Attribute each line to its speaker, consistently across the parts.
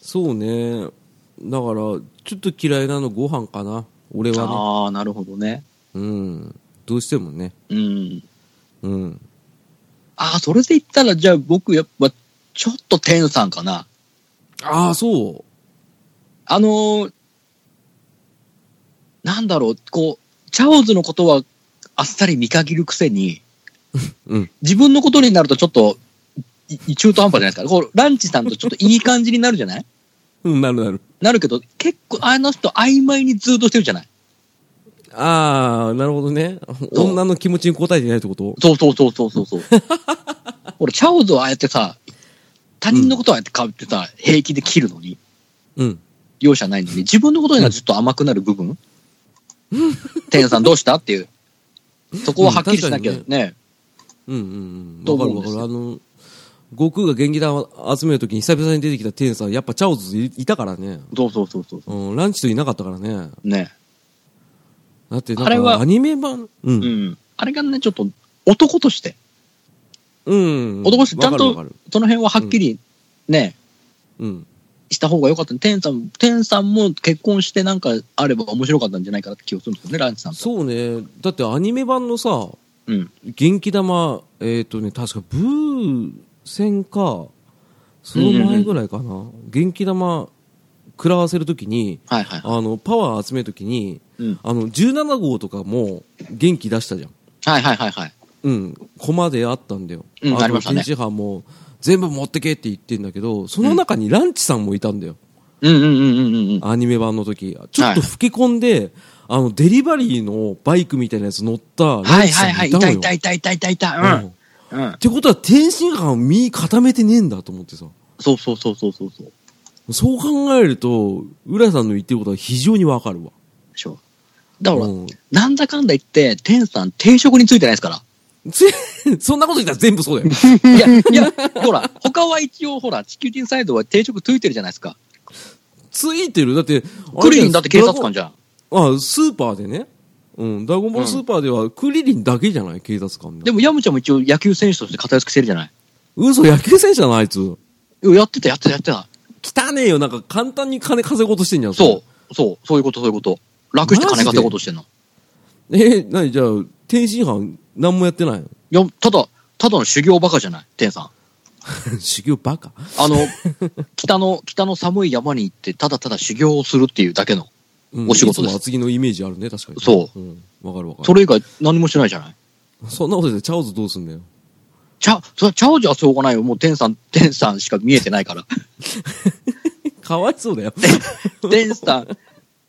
Speaker 1: そうねだからちょっと嫌いなのご飯かな俺はね
Speaker 2: ああ、なるほどね。
Speaker 1: うんどうしてもね
Speaker 2: うん。
Speaker 1: うん
Speaker 2: ああ、それで言ったら、じゃあ僕、やっぱ、ちょっと天さんかな。
Speaker 1: ああそう
Speaker 2: あのーなんだろう、こう、チャオズのことはあっさり見限るくせに、
Speaker 1: うん
Speaker 2: 自分のことになるとちょっと、いい中途半端じゃないですか。こう、ランチさんとちょっといい感じになるじゃない
Speaker 1: うんなるなる
Speaker 2: なるけど、結構あの人曖昧にずっとしてるじゃない
Speaker 1: ああなるほどね
Speaker 2: そう
Speaker 1: 女の気持ちに応えてないってこと
Speaker 2: そうそうそうそ うそうそう。俺、チャオズはああやってさ、他人のことはああやってかぶってさ、平気で切るのに、
Speaker 1: うん
Speaker 2: 容赦ないのに、自分のことにはちょっと甘くなる部分天さんどうしたっていう。そこははっきりしなきゃ
Speaker 1: うん確
Speaker 2: ね
Speaker 1: うんうんう
Speaker 2: と
Speaker 1: んわか
Speaker 2: 思
Speaker 1: る
Speaker 2: うん
Speaker 1: わか
Speaker 2: ですよ
Speaker 1: るあの悟空が元気弾集めるときに久々に出てきた天さんやっぱチャオズいいたからね
Speaker 2: そうそうそうそう。
Speaker 1: うんランチといなかったからね
Speaker 2: ね。
Speaker 1: だって
Speaker 2: あ
Speaker 1: な
Speaker 2: れ
Speaker 1: んか
Speaker 2: は
Speaker 1: アニメ版う
Speaker 2: うんん。あれがね、ちょっと男として、
Speaker 1: うん
Speaker 2: 男としてちゃん
Speaker 1: わかるわ
Speaker 2: と
Speaker 1: かる
Speaker 2: その辺ははっきりね、
Speaker 1: うん
Speaker 2: した方が良かった。天さん、天さんも結婚してなんかあれば面白かったんじゃないかなって気がするんですよね、ランチさんと。
Speaker 1: そうねだってアニメ版のさ
Speaker 2: うん。
Speaker 1: 元気玉えっ、とね確かブー戦かその前ぐらいかな、元気玉食らわせるときに
Speaker 2: はいはい。
Speaker 1: あのパワー集めるときに
Speaker 2: うん。
Speaker 1: あの17号とかも元気出したじゃん
Speaker 2: はいはいはいはい。
Speaker 1: うん駒であったんだよ、
Speaker 2: うんありましたね
Speaker 1: 天津飯も全部持ってけって言ってんだけどその中にランチさんもいたんだよ、
Speaker 2: うんうんうんうんうんうん。
Speaker 1: アニメ版の時ちょっと吹き込んで、あのデリバリーのバイクみたいなやつ乗ったラン
Speaker 2: はい
Speaker 1: チさ
Speaker 2: はい
Speaker 1: ん
Speaker 2: は
Speaker 1: も
Speaker 2: い。
Speaker 1: いたの
Speaker 2: いた
Speaker 1: よ
Speaker 2: いたいたいたいたいた。
Speaker 1: うんっ
Speaker 2: うん。うん。
Speaker 1: てことは天津飯を身固めてねえんだと思ってさ
Speaker 2: そうそうそうそうそうそう。
Speaker 1: そう考えると浦さんの言ってることは非常にわかるわ
Speaker 2: でしょ。だから、
Speaker 1: うん
Speaker 2: なんだかんだ言って、天さん定職についてないです から。
Speaker 1: ぜ そんなこと言ったら全部 そうだよ
Speaker 2: いや、いや、ほら、他は一応、ほら、地球人サイドは定職ついてるじゃないですか。
Speaker 1: ついてるだって
Speaker 2: クリリンだって警察官
Speaker 1: じ
Speaker 2: じゃん。
Speaker 1: ゃんあスーパーでねうん、ダゴンボールスーパーではクリリンだけじゃない警察官で
Speaker 2: でも、ヤムちゃんも一応野球選手として肩付きしてるじゃない。
Speaker 1: 嘘野球選手だなあいつ
Speaker 2: いややってた、やってた、やってた。
Speaker 1: 汚ねえよなんか簡単に金稼ごうとしてんじゃんれ
Speaker 2: そう、そう、そういうこと、そういうこと。楽して金稼ごうとしてんの。
Speaker 1: え、なにじゃあ、天津飯何もやってないの
Speaker 2: いや、ただ、ただの修行バカじゃない、天さん。
Speaker 1: 修行バカ
Speaker 2: あの、 北の、北の寒い山に行って、ただただ修行をするっていうだけの。
Speaker 1: うん
Speaker 2: お仕
Speaker 1: い
Speaker 2: 事で
Speaker 1: つ
Speaker 2: す
Speaker 1: も厚木のイメージあるね、確かに。。
Speaker 2: そう
Speaker 1: ん。わかるわか
Speaker 2: そ
Speaker 1: る。
Speaker 2: れ以外何もしてないじゃない。
Speaker 1: そんなことでチャオズどうすんだよ。
Speaker 2: ちゃ、それはチャオじゃしょうがないよ。もう天さん、天さんしか見えてないから。
Speaker 1: かわいそうだよ。
Speaker 2: 天さん、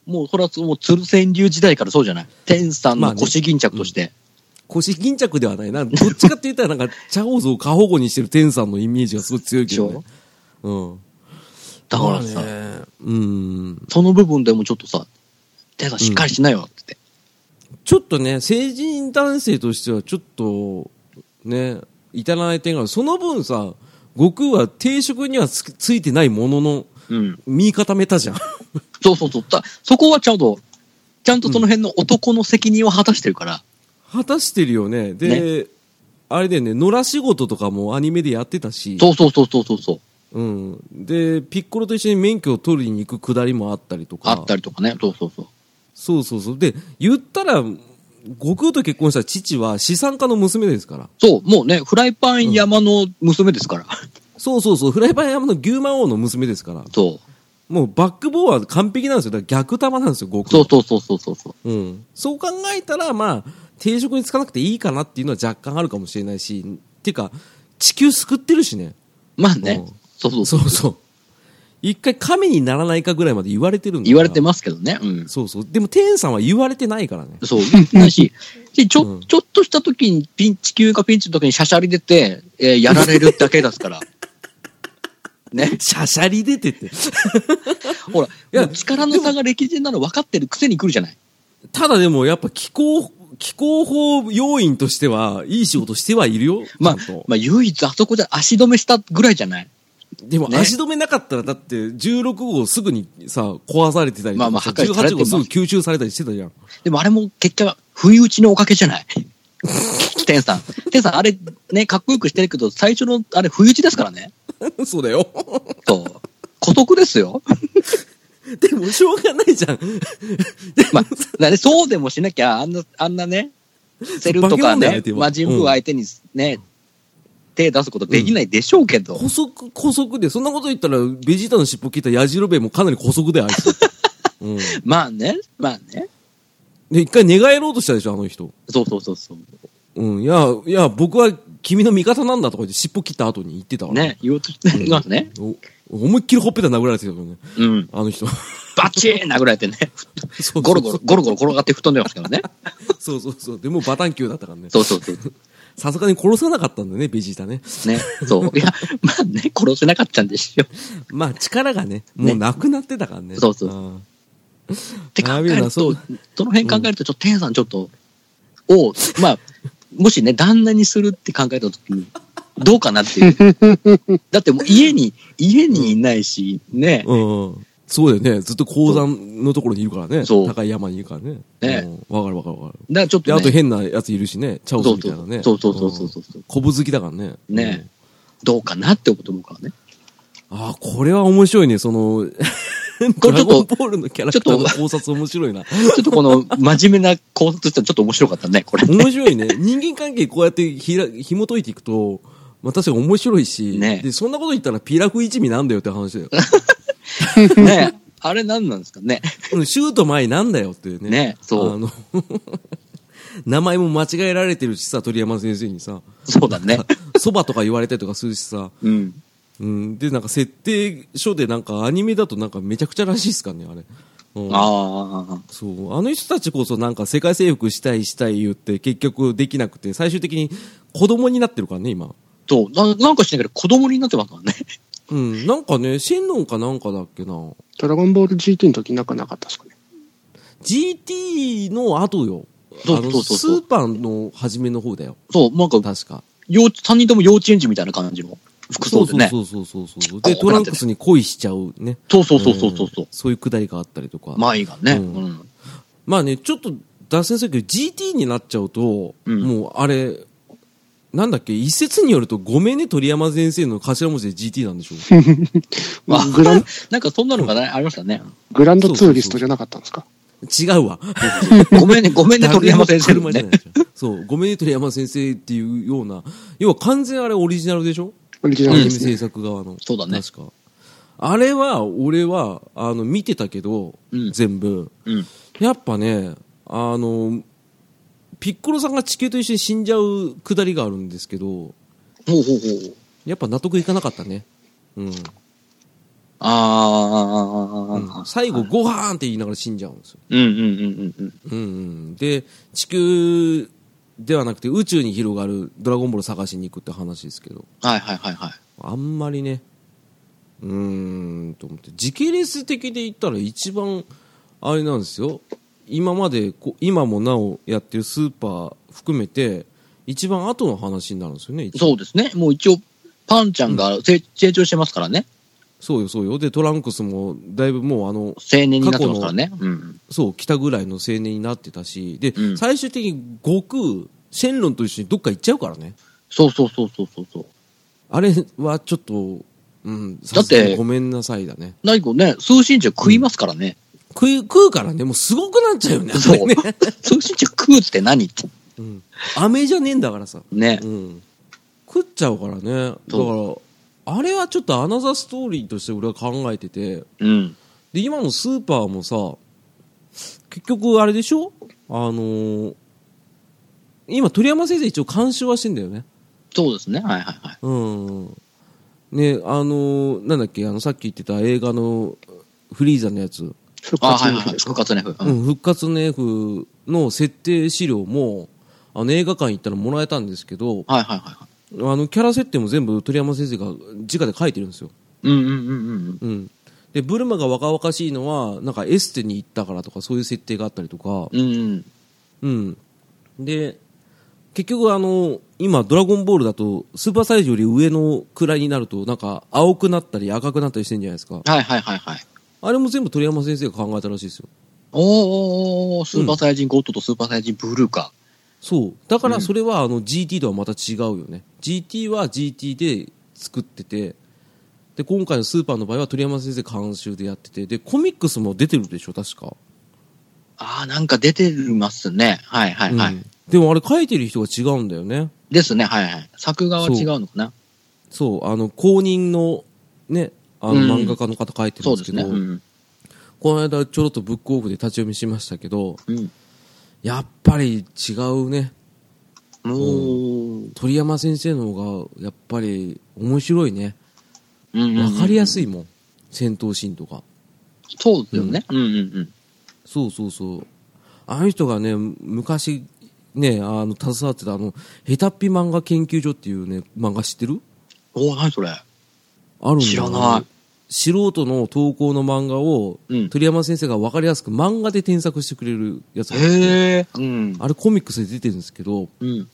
Speaker 2: もうそれはもう鶴川流時代からそうじゃない。天さん
Speaker 1: まあ
Speaker 2: の
Speaker 1: ね
Speaker 2: 腰巾着として。
Speaker 1: 腰巾着ではないな。どっちかって言ったらなんか、チャオズを過保護にしてる天さんのイメージがすごい強いけどね。うん。
Speaker 2: だから
Speaker 1: ま
Speaker 2: さ、
Speaker 1: あね。うん。
Speaker 2: その部分でもちょっとさ、天さんしっかりしないよってって。
Speaker 1: ちょっとね、成人男性としてはちょっと、ね、至らない点がある。その分さ、悟空は定食にはつついてないものの、
Speaker 2: うん。
Speaker 1: 見固めた じゃん。
Speaker 2: そうそうそう。だそこはちゃんと、ちゃんとその辺の男の責任を果たしてるから。
Speaker 1: 果たしてるよね。で、あれだよね、野良仕事とかもアニメでやってたし、
Speaker 2: そうそうそうそうそうそう。
Speaker 1: うん。で、ピッコロと一緒に免許を取りに行くくだりもあったりとか。
Speaker 2: あった
Speaker 1: り。
Speaker 2: りとかね。そうそうそう。
Speaker 1: そうそうそう。で、言ったら、悟空と結婚した父は資産家の娘ですから。
Speaker 2: そう、もうね、フライパン山の娘ですから。
Speaker 1: そうそうそう。フライパン山の牛魔王の娘ですから。
Speaker 2: そ
Speaker 1: もうバックボーンは完璧なんですよ。だから逆玉なんですよ、悟
Speaker 2: う。そ
Speaker 1: 空。
Speaker 2: うそうそうそうそうそう。
Speaker 1: うん。そう考えたら、まあ、定職につかなくていいかなっていうのは若干あるかもしれないし、てか、地球救ってるしね。
Speaker 2: まあね
Speaker 1: うん。
Speaker 2: そうそうそ。
Speaker 1: そううそう。一回神にならないかぐらいまで言われてるんだから
Speaker 2: 言われてますけどね。うん。
Speaker 1: そうそう。でも天さんは言われてないからね。
Speaker 2: そう、言ってないし、でちょ、
Speaker 1: うん
Speaker 2: ちょっとした時に、ピン、地球がピンチの時にシャシャリ出て、えーやられるだけですから。 ね。
Speaker 1: シャシャリ出てって。
Speaker 2: ほら、
Speaker 1: や
Speaker 2: もう力の差が歴然なの分かってるくせに来るじゃない。
Speaker 1: ただでもやっぱ気候、気候法要員としては、いい仕事してはいるよ。
Speaker 2: まあ
Speaker 1: ちゃんと、
Speaker 2: まあ、唯一あそこじゃ足止めしたぐらいじゃない。
Speaker 1: でも
Speaker 2: ね
Speaker 1: 足止めなかったら、だって16号すぐにさ、壊されてたりとかさ、
Speaker 2: まあまあ破壊されて
Speaker 1: 18
Speaker 2: ま
Speaker 1: 号
Speaker 2: す
Speaker 1: すぐ吸収されたりしてたじゃん。
Speaker 2: でもあれも結果、不意打ちのおかげじゃない。天さん。天さん、あれ、ね、かっこよくしてるけど、最初の、あれ、不意打ちですからね。
Speaker 1: そうだよ。
Speaker 2: そう。孤独ですすよ。
Speaker 1: でも、しょうがないじゃん。
Speaker 2: まあ、だね、そうでもしなきゃ、あんな、あんなね、セルと
Speaker 1: 化
Speaker 2: か
Speaker 1: け物だよ
Speaker 2: ね
Speaker 1: で、も
Speaker 2: 魔人ブー相手にね、手出すことできないでしょうけど、
Speaker 1: 古速、古速で、そんなこと言ったら、ベジータの尻尾切ったヤジロベもかなり古速だよ、あいつ。 うん。
Speaker 2: まあね、まあね。
Speaker 1: で、一回寝返ろうとしたでしょ、あの人。
Speaker 2: そうそうそうそう。
Speaker 1: うん。いや、いや、僕は君の味方なんだとか言って、尻尾切った後に言ってたから。
Speaker 2: ね、言おうとしてますね。
Speaker 1: お思いっきりほっぺた殴られてたけどね。
Speaker 2: うん。
Speaker 1: あの 人。
Speaker 2: バチーン殴られてね、
Speaker 1: そうそうそう
Speaker 2: ゴロゴロ、ゴロゴロ転がって吹っ飛んでますからね。
Speaker 1: そうそうそう。でもうバタン級だったからね。
Speaker 2: そうそうそう。
Speaker 1: さすがに殺さなかったんだね、ベジータね。
Speaker 2: ね、そう。いや、まあね、殺せなかったんですよ。
Speaker 1: まあ力がね、もうなくなってたからね。
Speaker 2: そうそう
Speaker 1: うん
Speaker 2: って考え
Speaker 1: やべえ
Speaker 2: る
Speaker 1: な
Speaker 2: と、
Speaker 1: そ
Speaker 2: そうの辺考えると、ちょっと、天さんちょっと、を、まあ、もしね、旦那にするって考えたときに、どうかなっていう。 だってもう家に、家にいないし、ね、
Speaker 1: うん。そうだよね。ずっと鉱山のところにいるからね。
Speaker 2: そう
Speaker 1: 高い山にいるからね。
Speaker 2: ね
Speaker 1: うんわかるわかるわかる。
Speaker 2: だからちょっ
Speaker 1: で、あ
Speaker 2: と、
Speaker 1: と
Speaker 2: ね、
Speaker 1: 変なやついるしね。チャオスみたいなね。
Speaker 2: そうそうそうそうそうそう
Speaker 1: コブ好きだからね。
Speaker 2: ねどうかなって思うからね。
Speaker 1: うん。ああ、これは面白いね。その、 ド
Speaker 2: これち
Speaker 1: ラ
Speaker 2: ょっ
Speaker 1: ゴ
Speaker 2: と
Speaker 1: ンボールのキャラクターの
Speaker 2: ちょっ
Speaker 1: 考察面白いな。
Speaker 2: ちょっとこ の、真面目な考察したらちょっと面白かったね、これ。
Speaker 1: 面白いね。 人間関係こうやってひら、紐解いていくと、まあ確かに面白いし、
Speaker 2: ね
Speaker 1: で、そんなこと言ったらピラフ一味なんだよって話だ よ。
Speaker 2: ね、あれ何なんですかね。
Speaker 1: うんシュート前なんだよっていうね。
Speaker 2: ねそう
Speaker 1: あの、 名前も間違えられてるしさ、鳥山先生にさ、
Speaker 2: そうだね。
Speaker 1: そばとか言われたりとかするしさ、
Speaker 2: うん。
Speaker 1: うん、で、なんか設定書でなんかアニメだとなんかめちゃくちゃらしいっすからね、あれ。うん
Speaker 2: ああ、
Speaker 1: そう。あの人たちこそなんか世界征服したいしたい言って結局できなくて、最終的に子供になってるからね、今。
Speaker 2: そうな。なんかしながら子供になってますからね。
Speaker 1: うん、なんかね、シェンロンかなんかだっけな。
Speaker 3: ドラゴンボール GT の時なんかなかったですかね。
Speaker 1: GT の後よ。
Speaker 2: そう
Speaker 1: あの
Speaker 2: そうそうそう
Speaker 1: スーパーの初めの方だよ。
Speaker 2: そう、なんか、
Speaker 1: 確か。
Speaker 2: 幼稚、3人とも幼稚園児みたいな感じの服装でね。
Speaker 1: そうそうそうそうそう。
Speaker 2: ちっ
Speaker 1: で、
Speaker 2: こ
Speaker 1: ト
Speaker 2: く
Speaker 1: ラ
Speaker 2: なっ
Speaker 1: ン
Speaker 2: て
Speaker 1: ク
Speaker 2: る
Speaker 1: スに恋しちゃうね。
Speaker 2: そうそうそうそうそうそ
Speaker 1: ん
Speaker 2: う。
Speaker 1: そういうくだりがあったりとか。ま、
Speaker 2: 前がね。
Speaker 1: う
Speaker 2: うんん。
Speaker 1: あね、ちょっと脱線するけど、GT になっちゃうと、
Speaker 2: うん
Speaker 1: もうあれ、なんだっけ、一説によると、ごめんね、鳥山先生の頭文字で GT なんでしょ う。
Speaker 2: あ
Speaker 3: グラン、
Speaker 2: なんかそんなのがね、ありましたね。
Speaker 3: グランドツーリストじゃなかったんですか
Speaker 1: 違うわ。
Speaker 2: ごめんね、 ごめんね、鳥山先生
Speaker 1: 学園の車じゃ
Speaker 2: ね
Speaker 1: な。いでしょそう、ごめんね、鳥山先生っていうような、要は完全あれオリジナルでしょ
Speaker 3: オリジ
Speaker 1: ア
Speaker 3: ナル
Speaker 1: ニ
Speaker 3: で
Speaker 1: メ
Speaker 3: す
Speaker 1: 制
Speaker 3: ね。
Speaker 1: 作側の。
Speaker 2: そうだね
Speaker 1: 確か。あれは、俺は、あの、見てたけど、
Speaker 2: うん
Speaker 1: 全部。
Speaker 2: うん。
Speaker 1: やっぱね、あの、ピッコロさんが地球と一緒に死んじゃうくだりがあるんですけど、
Speaker 2: ほうほうほう。
Speaker 1: やっぱ納得いかなかったね。うん。う
Speaker 2: あ
Speaker 1: ん
Speaker 2: あ。
Speaker 1: 最後、ごはーんって言いながら死んじゃうんですよ。
Speaker 2: うんうんうんうんうん。
Speaker 1: うんうん。で、地球ではなくて宇宙に広がるドラゴンボール探しに行くって話ですけど、
Speaker 2: はいはいはいはい。
Speaker 1: あんまりね、うーんと思って、時系列的で言ったら一番、あれなんですよ。今までこう、今もなおやってるスーパー含めて、一番後の話になるんですよね、一応
Speaker 2: そうですね。もう一応、パンちゃんが成成長してますからね。
Speaker 1: そうよ、そうよ。で、トランクスも、だいぶもう、あの、
Speaker 2: 青年になってますからね。うん。
Speaker 1: そう、来たぐらいの青年になってたし、で、
Speaker 2: うん
Speaker 1: 最終的に悟空、シェンロンと一緒にどっか行っちゃうからね。
Speaker 2: そうそうそうそうそうそう。
Speaker 1: あれはちょっと、うん、
Speaker 2: だって
Speaker 1: さすがにごめんなさいだね。
Speaker 2: 何かね、通信中食いますからね。
Speaker 1: 食い食うからね、もうすごくなっちゃうよね。
Speaker 2: そう
Speaker 1: あれね。
Speaker 2: 通信中食うって何って。
Speaker 1: うん。飴じゃねえんだからさ。
Speaker 2: ね
Speaker 1: う。ん。食っちゃうからね。だから、あれはちょっとアナザーストーリーとして俺は考えてて、
Speaker 2: うん。
Speaker 1: で、今のスーパーもさ、結局あれでしょあのー今鳥山先生一応監修はしてんだよね。
Speaker 2: そうですね。はいはいはい。
Speaker 1: うん。ね、あのーなんだっけ、あの、さっき言ってた映画のフリーザのやつ。
Speaker 3: 復
Speaker 2: あ、
Speaker 3: 活
Speaker 2: はい
Speaker 3: の
Speaker 2: はいは
Speaker 3: 日
Speaker 2: い。
Speaker 3: です
Speaker 2: 復
Speaker 3: か。
Speaker 2: 活ね。う。
Speaker 1: うんん、復活の F の設定資料も、あの映画館行ったらもらえたんですけど、あ
Speaker 2: はいはいはいはい。
Speaker 1: のキャラ設定も全部鳥山先生が直で書いてるんですよ。
Speaker 2: うんうんうんうん
Speaker 1: うん。で、ブルマが若々しいのは、なんかエステに行ったからとかそういう設定があったりとか、
Speaker 2: うん。うん。
Speaker 1: うん。で、結局あの、今ドラゴンボールだと、スーパーサイズより上の位になると、なんか青くなったり赤くなったりしてんじゃないですか。
Speaker 2: はいはいはいはい。
Speaker 1: あれも全部鳥山先生が考えたらしいですよ。
Speaker 2: おーおーおースーパーサイヤ人ゴッドとスーパーサイヤ人ブルーか。
Speaker 1: そう。だからそれはあの GT とはまた違うよね。GT は GT で作ってて、で、で今回のスーパーの場合は鳥山先生監修でやっててでコミックスも出てるでしょ確か、
Speaker 2: ああ、なんか出てますね。はいはいはい。
Speaker 1: うんでもあれ書いてる人が違うんだよね
Speaker 2: ですね、はいはい。作画は違うのかな
Speaker 1: そうあの公認のねあの
Speaker 2: うん
Speaker 1: 漫画家の方書いてる
Speaker 2: そ
Speaker 1: ん
Speaker 2: う
Speaker 1: で
Speaker 2: ですす
Speaker 1: けど
Speaker 2: ね。うん。
Speaker 1: この間ちょろっとブックオフで立ち読みしましたけど
Speaker 2: うん。
Speaker 1: やっぱり違うね
Speaker 2: もう、
Speaker 1: 鳥山先生の方がやっぱり面白いね
Speaker 2: うん
Speaker 1: わかりやす
Speaker 2: い。
Speaker 1: いもん、戦闘シーンとか
Speaker 2: そうですよね。うんうん
Speaker 1: そうそうそうあの人がね昔ねあの携わってたあの「へたっぴ漫画研究所」っていうね漫画知ってる
Speaker 2: うん。おお、何それ。
Speaker 1: あるんだ
Speaker 2: 知らない
Speaker 1: 素人の投稿の漫画を、
Speaker 2: うん
Speaker 1: 鳥山先生がわかりやすく漫画で添削してくれるやつがあって
Speaker 2: へえ。うん。
Speaker 1: あれコミックスで出てるんですけど
Speaker 2: うん。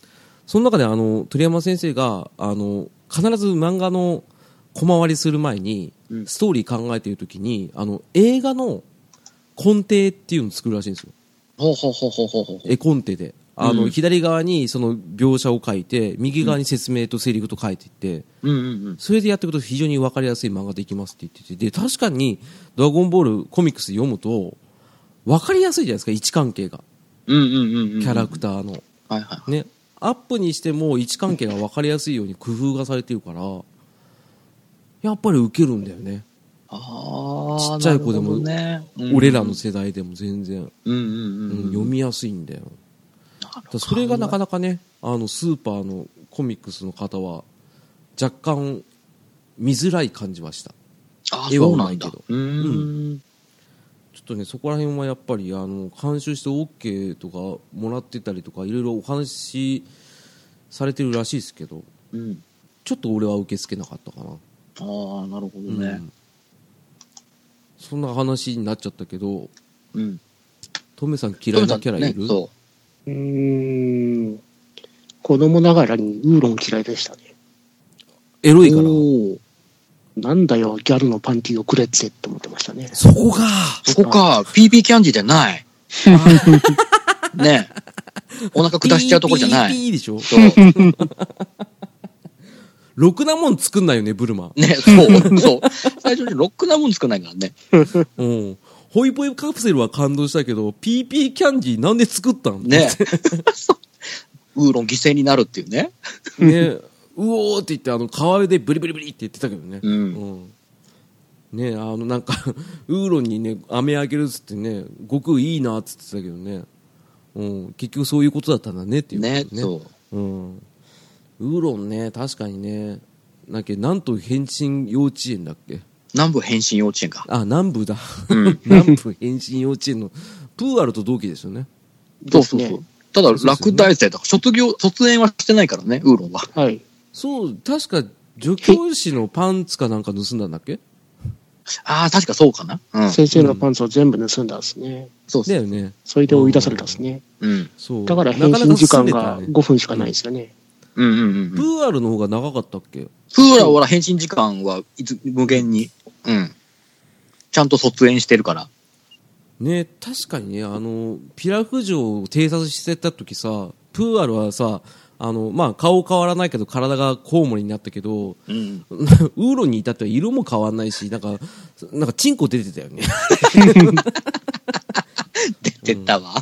Speaker 1: その中であの鳥山先生があの必ず漫画の小回りする前に、
Speaker 2: うん
Speaker 1: ストーリー考えている時にあの映画の根底っていうのを作るらしいんですよ
Speaker 2: ほうほうほうほうほうほう。
Speaker 1: 絵コンテであの、
Speaker 2: うん
Speaker 1: 左側にその描写を書いて右側に説明とセリフと書いていって、
Speaker 2: うんうんうん。
Speaker 1: それでやっていくと非常に分かりやすい漫画できますって言っててで確かに「ドラゴンボール」コミックス読むと分かりやすいじゃないですか位置関係が
Speaker 2: うんうんうんうん。
Speaker 1: キャラクターの、
Speaker 2: はいはい。
Speaker 1: ね、アップにしても位置関係が分かりやすいように工夫がされてるからやっぱりウケるんだよね、
Speaker 2: ああ。
Speaker 1: ちっちゃい子でも
Speaker 2: なるほどね
Speaker 1: 俺らの。世代でも全然、う
Speaker 2: うんうんうん
Speaker 1: ん
Speaker 2: うん。
Speaker 1: 読みやすいんだよだか
Speaker 2: なるほ
Speaker 1: ら
Speaker 2: ど
Speaker 1: それがなかなかねあのスーパーのコミックスの方は若干見づらい感じはした
Speaker 2: ああ、
Speaker 1: 絵は
Speaker 2: そうなん
Speaker 1: う
Speaker 2: だ。
Speaker 1: まいけど
Speaker 2: うーん。
Speaker 1: ちょっとねそこら辺はやっぱりあの監修して OK とかもらってたりとかいろいろお話しされてるらしいですけど
Speaker 2: うん。
Speaker 1: ちょっと俺は受け付けなかったかな
Speaker 2: ああ、なるほど
Speaker 1: う
Speaker 2: ね。
Speaker 1: んそんな話になっちゃったけど
Speaker 2: うん。
Speaker 1: トメさん嫌いなキャラいる、
Speaker 2: ねそう。
Speaker 3: うーん。子供ながらにウーロン嫌いでしたね。
Speaker 1: エロいから
Speaker 2: おー
Speaker 3: なんだよ、ギャルのパンティをくれってって思ってましたね。
Speaker 1: そこか
Speaker 2: そこか、PB キャンディーじゃない。 ねえお腹下しちゃうとこじゃな
Speaker 1: ピー
Speaker 2: い。
Speaker 1: ピーピーでしょ
Speaker 2: そう。
Speaker 1: ろくなもん作んないよねブルマ
Speaker 2: ねそう。そう。最初にロックなもん作らないからね。
Speaker 1: うんホイポイカプセルは感動したけど PP キャンディーなんで作ったん
Speaker 2: ね えそうウーロン犠牲になるっていうね。
Speaker 1: ね、うおーって言って、あの、川辺でブリブリブリって言ってたけどね。
Speaker 2: うん
Speaker 1: んねあの、なんか、 ウーロンにね、飴あげるっつってね、悟空いいなっつってたけどね。うん、結局そういうことだったんだねっていうこと
Speaker 2: ね
Speaker 1: ね。
Speaker 2: そう。
Speaker 1: うん。ウーロンね、確かにね、なんけなんと変身幼稚園だっけ
Speaker 2: 南部変身幼稚園か。
Speaker 1: あ、南部だ。
Speaker 2: うん。
Speaker 1: 南部変身幼稚園の、プーアルと同期ですよね。
Speaker 2: そうそうそう。ただ、
Speaker 1: そうですよね
Speaker 2: 落第生だから、卒業、卒園はしてないからね、ウーロンは。
Speaker 3: はい。
Speaker 1: そう、確か、助教師のパンツかなんか盗んだんだっけ
Speaker 2: ああ、確かそうかな。うん。
Speaker 3: 先生のパンツを全部盗んだんですね。
Speaker 2: そう
Speaker 1: だ
Speaker 2: そう。
Speaker 1: よね。
Speaker 3: それで追い出されたんですね。
Speaker 2: うん。
Speaker 1: そう。
Speaker 3: だから
Speaker 1: な
Speaker 3: 返
Speaker 1: な
Speaker 3: 信時
Speaker 1: 進
Speaker 3: 間
Speaker 1: んでた
Speaker 3: が
Speaker 1: ね
Speaker 3: 5分しかないですよね。
Speaker 2: うんうんうん
Speaker 1: プ
Speaker 2: うん。
Speaker 1: ーアルの方が長かったっけ
Speaker 2: プーラは変身時間はいつ無限に。うん。ちゃんと卒園してるから。
Speaker 1: ね確かにねあのピラフ城を偵察してた時さプーアルはさあの、まあ、顔変わらないけど体がコウモリになったけど
Speaker 2: うん。
Speaker 1: ウーロンに至っては色も変わんないしなんかなんかチンコ出てたよね、
Speaker 2: 出てたわ。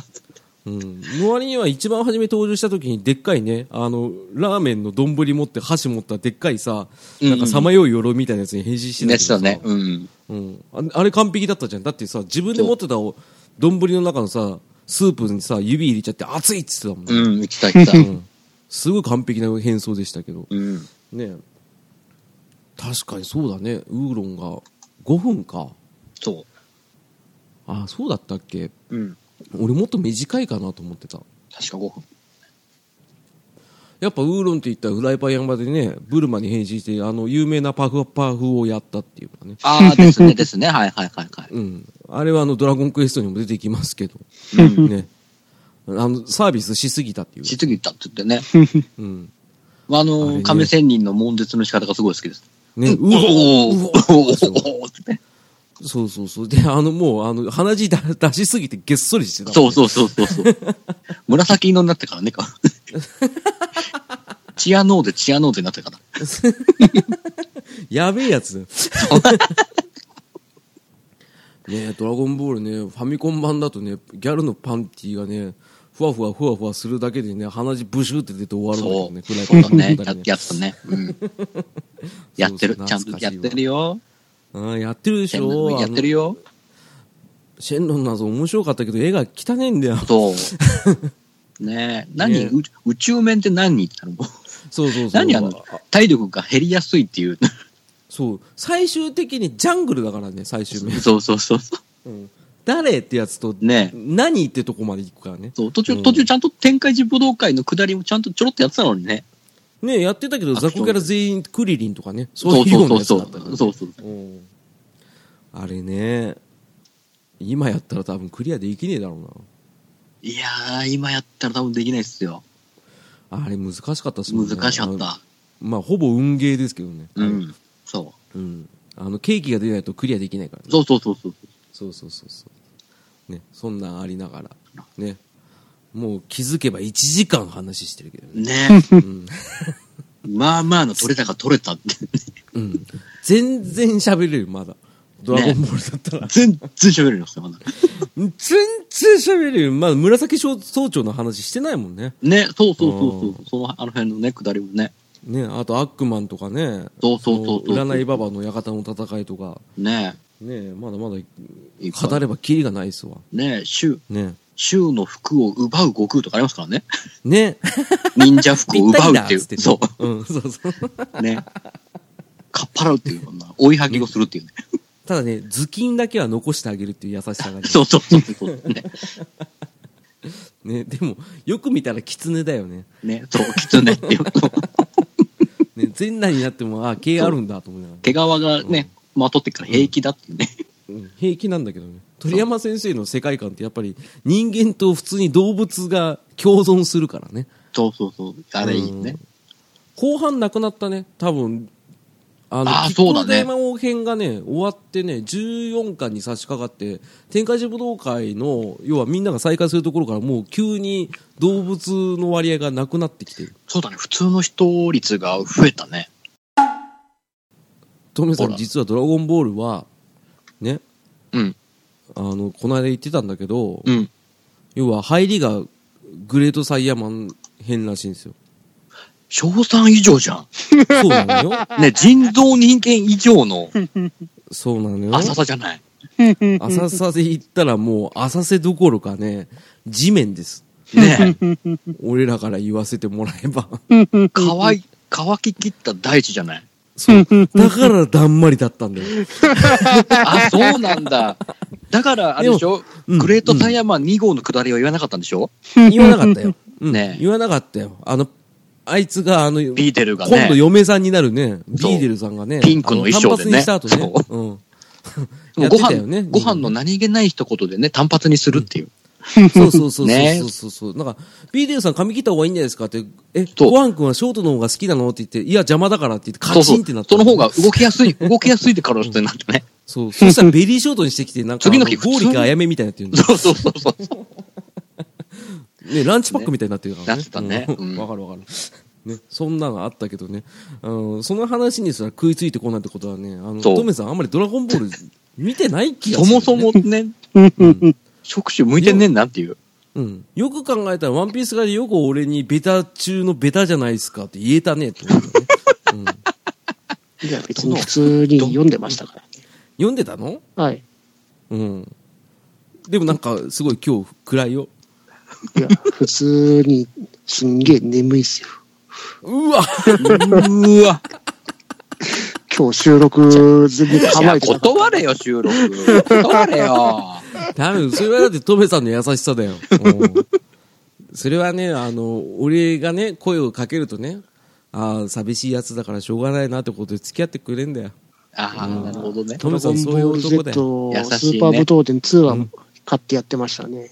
Speaker 1: うん、の割には一番初め登場した時にでっかいねあのラーメンの丼持って箸持ったでっかいさなんかさまよう鎧みたいなやつに変身してた
Speaker 2: ね、
Speaker 1: けど
Speaker 2: し
Speaker 1: さ
Speaker 2: たね。うん。
Speaker 1: うん、ああれ完璧だったじゃんだってさ自分で持ってたお丼の中のさスープにさ指入れちゃって熱いっつってたもん、ね
Speaker 2: うん、来た来た。
Speaker 1: うんすごい完璧な変装でしたけど
Speaker 2: うん。
Speaker 1: ね確かにそうだねウーロンが5分か
Speaker 2: そ
Speaker 1: あそうだったっけ
Speaker 2: う。うん。
Speaker 1: 俺もっと短いかなと思ってた
Speaker 2: 確か5分。
Speaker 1: やっぱウーロンって言ったらフライパン山でねブルマに変身してあの有名なパフパフをやったっていうのはね
Speaker 2: ああ、ですね、ですね。はいはいはいはい。
Speaker 1: うん、あれはあのドラゴンクエストにも出てきますけど、
Speaker 2: うん
Speaker 1: ね、あのサービスしすぎたっていう、
Speaker 2: しすぎたって言ってね。
Speaker 1: うん
Speaker 2: まあ、あ
Speaker 1: あれ
Speaker 2: の、
Speaker 1: ね
Speaker 2: 亀仙人の悶絶の仕方がすごい好きです。
Speaker 1: ね、う
Speaker 2: うお
Speaker 1: おうお
Speaker 2: ーおーお
Speaker 1: そう
Speaker 2: ーおーってね。
Speaker 1: そうそうそうであのもうあの鼻血だ出しすぎてげっそりしてたもんね、
Speaker 2: そうそうそうそうそう。 紫色になってからね、 か。チアノーゼ、チアノーゼになってから。
Speaker 1: やべえや つ。ねえドラゴンボールね、ファミコン版だとね、ギャルのパンティがね、ふわふわふわふわするだけでね、鼻血ブシューって出て終わるんだけ
Speaker 2: そ
Speaker 1: ど
Speaker 2: う。
Speaker 1: ね、
Speaker 2: そうだ
Speaker 1: や
Speaker 2: ね。ややったね。うん。やってる。
Speaker 1: そうそう
Speaker 2: ちゃんとやってるよ。
Speaker 1: やってるでしょ。
Speaker 2: やってるよ。
Speaker 1: あのシェンロンの謎面白かったけど、絵が汚ねえんだよ。
Speaker 2: そう。 ねえ。何、
Speaker 1: ね
Speaker 2: う宇宙面って何って言ったの
Speaker 1: そうそうそう。
Speaker 2: 何あの、体力が減りやすいっていう。
Speaker 1: そう。最終的にジャングルだからね、最終面。
Speaker 2: そうそうそうそ
Speaker 1: うん誰ってやつと、
Speaker 2: う。ねえ。
Speaker 1: 何ってとこまで行くからね。
Speaker 2: そう途中、
Speaker 1: うん
Speaker 2: 途中ちゃんと展開寺武道会の下りもちゃんとちょろっとやってたのにね。
Speaker 1: ねやってたけど、
Speaker 2: アクショ
Speaker 1: 雑
Speaker 2: ン
Speaker 1: 魚キャラ全員クリリンとかね。そういうようなやつ
Speaker 2: そ
Speaker 1: だ
Speaker 2: う
Speaker 1: ったから
Speaker 2: そ
Speaker 1: ね
Speaker 2: う。そうそう。
Speaker 1: うんあれね、今やったら多分クリアできねえだろ
Speaker 2: いやー、今やったら多分できないっすよ。
Speaker 1: うな。あれ難しかったっすもんね。
Speaker 2: 難しかっ
Speaker 1: あの
Speaker 2: た。
Speaker 1: まあ、ほぼ運ゲーですけどね。
Speaker 2: うん。そ
Speaker 1: うん。あの、ケーキが出ないとクリアできないから
Speaker 2: う。
Speaker 1: ね。
Speaker 2: そうそうそうそう。
Speaker 1: そうそうそうそう。ね、そんなんありながら。ね。もう気づけば1時間話してるけどね。
Speaker 2: ね
Speaker 1: うん。
Speaker 2: まあまあの取れたか取れたって。
Speaker 1: うん。全然喋れるよ、まだ。ドラゴンボールだったら。
Speaker 2: 全然喋れなくて、まだ。
Speaker 1: 全然喋れるよ。まだ紫総長の話してないもんね。
Speaker 2: ね、そうそうそう
Speaker 1: う
Speaker 2: そう。その、あの辺のね、下りもね。
Speaker 1: ね、あとアックマンとかね。
Speaker 2: そうそうそうそう
Speaker 1: の占いババの館の戦いとか。
Speaker 2: ね
Speaker 1: ね、まだまだ
Speaker 2: いっぱい
Speaker 1: 語ればキリがないっすわ。
Speaker 2: ね衆、
Speaker 1: ね。
Speaker 2: 衆の服を奪う悟空とかありますからね。
Speaker 1: ね。
Speaker 2: 忍者服を
Speaker 1: ぴった
Speaker 2: 奪
Speaker 1: り
Speaker 2: う
Speaker 1: だ
Speaker 2: ってい
Speaker 1: つ
Speaker 2: う。そ
Speaker 1: うん。そうそう。
Speaker 2: う。ね。かっぱらうっていうような、追いはぎをするっていうね。
Speaker 1: ただね、頭巾だけは残してあげるっていう優しさがね。
Speaker 2: そうそうそうそう。ね。
Speaker 1: ね。でも、よく見たら狐だよね。
Speaker 2: ね、そう、きつねっていう。
Speaker 1: ね、全裸になっても、あ、毛あるんだと思いながら。
Speaker 2: 毛皮がね、まとってっから平気だっていうね。
Speaker 1: うん平気なんだけどね。鳥山先生の世界観ってやっぱり人間と普通に動物が共存するからね。
Speaker 2: そうそうそう。あれいいね。
Speaker 1: 後半なくなったね、多分。あ
Speaker 2: あー
Speaker 1: キッコロ
Speaker 2: そうだね
Speaker 1: 大魔王編がね、終わってね、14巻に差し掛かって、天界寺武道会の、要はみんなが再開するところからもう急に動物の割合がなくなってきてる。
Speaker 2: そうだね。普通の人率が増えたね。
Speaker 1: トメさ
Speaker 2: ほ
Speaker 1: ん
Speaker 2: ら
Speaker 1: 実はドラゴンボールは、ね、
Speaker 2: うん。
Speaker 1: あの、この間言ってたんだけど、
Speaker 2: うん。
Speaker 1: 要は入りがグレートサイヤマン編らしいん ですよ。
Speaker 2: 賞賛以上じゃん。
Speaker 1: そうなのよ。
Speaker 2: ね、人造人間以上の
Speaker 1: そうなのよ。
Speaker 2: 浅さじゃない。
Speaker 1: 浅瀬で行ったらもう浅瀬どころかね、地面です。
Speaker 2: ねえ、
Speaker 1: 俺らから言わせてもらえば。
Speaker 2: 乾い、乾ききった大地じゃない。
Speaker 1: そう。だからだんまりだったん だよ。
Speaker 2: あ、そうなんだ。だから、あれでしょ
Speaker 1: でもうん
Speaker 2: グレートタイヤマン2号の下りは言わなかったんでしょ
Speaker 1: 言わなかったよ。うん
Speaker 2: ねえ
Speaker 1: 言わなかったよ。あの、あいつが、あの、
Speaker 2: ビーテルが
Speaker 1: 今度
Speaker 2: ね。
Speaker 1: 嫁さんになるね、ビ
Speaker 2: そう
Speaker 1: ーデルさんがね、
Speaker 2: ピンクの衣装でね
Speaker 1: あの単発にした後ね。うん。
Speaker 2: もうご
Speaker 1: やってた
Speaker 2: 飯
Speaker 1: よね、
Speaker 2: ご飯の何気ない一言でね、単発にするっていう。
Speaker 1: そうそうそうそう
Speaker 2: ね
Speaker 1: そうそうそう。なんか、ビーデルさん髪切った方がいいんじゃないですかって、え、
Speaker 2: そう
Speaker 1: ご飯くんはショートの方が好きなのって言って、いや邪魔だからって言って、
Speaker 2: そ
Speaker 1: カ
Speaker 2: うそ
Speaker 1: チ
Speaker 2: う
Speaker 1: ンってな。った。
Speaker 2: その方が動きやすい、動きやすいでからの人になってね。
Speaker 1: そう。そしたらベリーショートにしてきて、なんか、
Speaker 2: 次の日
Speaker 1: あゴーリかあやめみたいになってるんだよ
Speaker 2: そうそうそうそう。
Speaker 1: ね、ランチパックみたいになってるからね。
Speaker 2: なってたね
Speaker 1: う
Speaker 2: うんん
Speaker 1: わかるわかる。ね、そんなのあったけどね。うん、その話にすら食いついてこないってことはね、あの、
Speaker 2: そう
Speaker 1: トメさんあんまりドラゴンボール見てない気が
Speaker 2: そ
Speaker 1: する、
Speaker 2: もそ。もね、触手向いてんねんなっていう。
Speaker 1: うん。よく考えたら、ワンピースがよく俺にベタ中のベタじゃないですかって言えたね、と思うよねうん。
Speaker 3: いや、別に普通に読んでましたから。
Speaker 1: 読んでたの
Speaker 3: はい。
Speaker 1: うん。でもなんか、すごい今日暗いよ。
Speaker 3: いや、普通に、すんげえ眠いっすよ。
Speaker 1: うわ
Speaker 2: うわ。
Speaker 3: 今日収録全然
Speaker 2: い
Speaker 3: 構
Speaker 2: や
Speaker 3: えてなかっ
Speaker 2: 断れよ、収録。断れよ。
Speaker 1: 多分、それはだって、トメさんの優しさだよ。うんそれはね、あの、俺がね、声をかけるとね、ああ、寂しいやつだからしょうがないなってことで付き合ってくれんだよ。
Speaker 2: ああ、なるほどね。
Speaker 1: トメ
Speaker 3: た。
Speaker 1: さん、そういう男だよ。
Speaker 3: ゴンボール Z
Speaker 2: 優
Speaker 3: ス
Speaker 2: しいね
Speaker 3: ーパー武闘伝2は買ってやってましたね。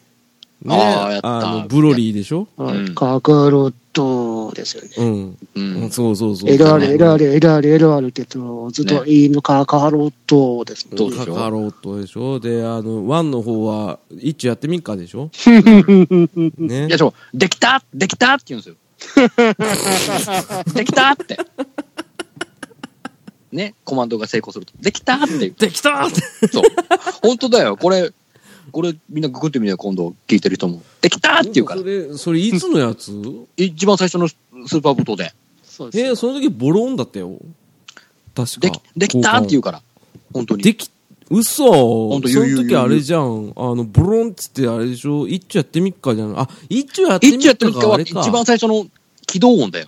Speaker 1: ね、
Speaker 2: ああやった
Speaker 1: の、ブロリーでしょ
Speaker 3: は
Speaker 2: うん
Speaker 3: い。カカロットですよね。
Speaker 1: うん。
Speaker 2: う
Speaker 1: うんん、。そうそうそう。
Speaker 3: エラーレ、エラーレ、エラーレ、エラーレって言っても、ずっといいのカカロットです
Speaker 2: どう
Speaker 3: ね。
Speaker 2: ぞ
Speaker 1: カカロットでしょで、あの、ワンの方は、一丁やってみっかでしょね
Speaker 2: いや、。でも、できたできたって言うんですよ。できたって。ね、コマンドが成功すると。できたーって
Speaker 1: できたーって
Speaker 2: そう。本当だよ。これ、これみんなググってみよう今度聞いてる人も。できたーって言うから
Speaker 1: そ。れ、それいつのやつ
Speaker 2: 一番最初のスーパーボトで。
Speaker 3: そうです
Speaker 1: え
Speaker 3: よ。
Speaker 1: ー、その時ボロンだったよ。確か。
Speaker 2: でき、できたーって言う
Speaker 1: う。
Speaker 2: から。本当に。
Speaker 1: でき、嘘
Speaker 2: ほんと
Speaker 1: そ
Speaker 2: 言う
Speaker 1: の
Speaker 2: 言う言
Speaker 1: 時
Speaker 2: う
Speaker 1: あれじゃん。あの、ボロンっつってあれでしょ一丁やってみっかじゃん。あ、一丁やってみ
Speaker 2: 一
Speaker 1: っ
Speaker 2: 応やってみっ
Speaker 1: か
Speaker 2: か
Speaker 1: があ
Speaker 2: は
Speaker 1: れ
Speaker 2: 一
Speaker 1: か。
Speaker 2: 番最初の起動音だよ。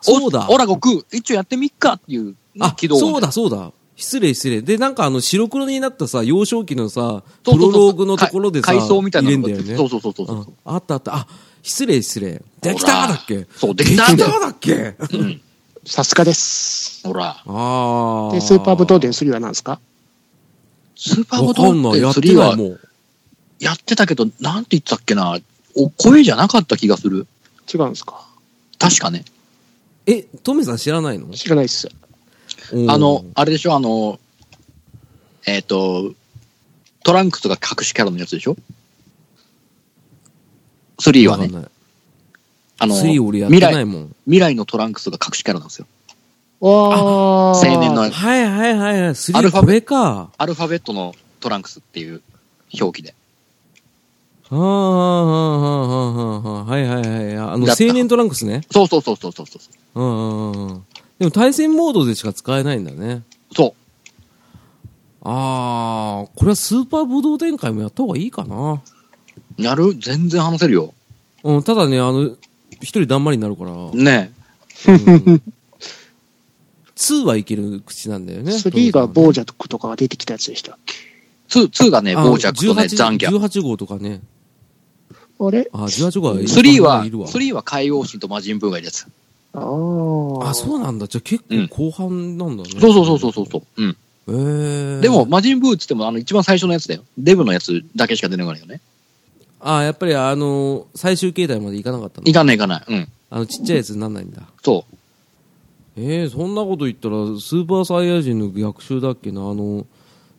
Speaker 1: そうだ
Speaker 2: おオ。ラ悟空、一応やってみっかっていう
Speaker 1: あ、
Speaker 2: 起動音。
Speaker 1: そうだ、そうだ。失礼、失礼。で、なんかあの、白黒になったさ、幼少期のさ、
Speaker 2: そう
Speaker 1: プ
Speaker 2: そうそう
Speaker 1: ロローグのところでさ、
Speaker 2: か階層みたいなの
Speaker 1: 入
Speaker 2: が
Speaker 1: れんだよね。
Speaker 2: そうそうそうそう
Speaker 1: うん
Speaker 2: そう。
Speaker 1: あったあった。あ、失礼、失礼。できたーだっけ
Speaker 2: そう、でき たんだよ。
Speaker 1: だっけ
Speaker 2: うん。
Speaker 3: さすがです。
Speaker 2: ほら。
Speaker 1: ああ。
Speaker 3: で、スーパーブトーデン3は何ですか
Speaker 2: スーパーボ
Speaker 1: わ
Speaker 2: ト
Speaker 1: かんない。や
Speaker 2: っ
Speaker 1: ってて
Speaker 2: 3
Speaker 1: ない
Speaker 2: は
Speaker 1: もん。
Speaker 2: やってたけど、なんて言ってたっけな。お声じゃなかった気がする。
Speaker 3: 違うんですか
Speaker 2: 確かね。
Speaker 1: え、トメさん知らないの
Speaker 3: 知らないっす。
Speaker 2: あの、あれでしょ、あの、えっ、と、トランクスが隠しキャラのやつでしょ ?3 はね、
Speaker 1: ね。
Speaker 2: あの、
Speaker 1: 3俺やって
Speaker 2: 未
Speaker 1: ない
Speaker 2: 来、
Speaker 1: もん。
Speaker 2: 未来のトランクスが隠しキャラなんですよ。
Speaker 3: わ
Speaker 2: 青
Speaker 3: ー。
Speaker 2: 年の
Speaker 1: はいはいはいはい。
Speaker 2: アル
Speaker 1: 3
Speaker 2: ファ
Speaker 1: これか。
Speaker 2: アルファベットのトランクスっていう表記で。
Speaker 1: はあはあはあはあはあ。はいはいはい。あの、
Speaker 2: だ
Speaker 1: 青
Speaker 2: った
Speaker 1: 年トランクスね。
Speaker 2: そうそうそうそうそうそう。
Speaker 1: うんうんうん。でも対戦モードでしか使えないんだね。
Speaker 2: そ
Speaker 1: ああ、これはスーパー武道展開もやった方がいいかな。
Speaker 2: う。やる全然話せるよ。
Speaker 1: うん、ただね、あの、一人だんまりになるから。
Speaker 2: ね
Speaker 1: うん、2はいける口なんだよね。
Speaker 3: 3がボージャックとかが出てきたやつでした。
Speaker 2: え。2、2がね、
Speaker 1: あの
Speaker 2: 傍若とね、
Speaker 1: 18
Speaker 2: 残虐。
Speaker 1: 18号とかね。
Speaker 3: あれ
Speaker 1: あ、18号は
Speaker 2: 3は、
Speaker 1: いるわ
Speaker 2: 3は海王神と魔人ブーがいるやつ。
Speaker 3: あー。
Speaker 1: あ、そうなんだ。じゃあ結構後半なんだね。
Speaker 2: そうそうそうそうそう。うん。
Speaker 1: う。えー、
Speaker 2: でも、、魔人ブーっつっても、あの、一番最初のやつだよ。デブのやつだけしか出てこないよね。
Speaker 1: あやっぱりあの、最終形態までいかなかったの
Speaker 2: いかないいかない。うん。
Speaker 1: あの、ちっちゃいやつになんないんだ。
Speaker 2: そう。
Speaker 1: えー、そんなこと言ったら、スーパーサイヤ人の逆襲だっけな、あの、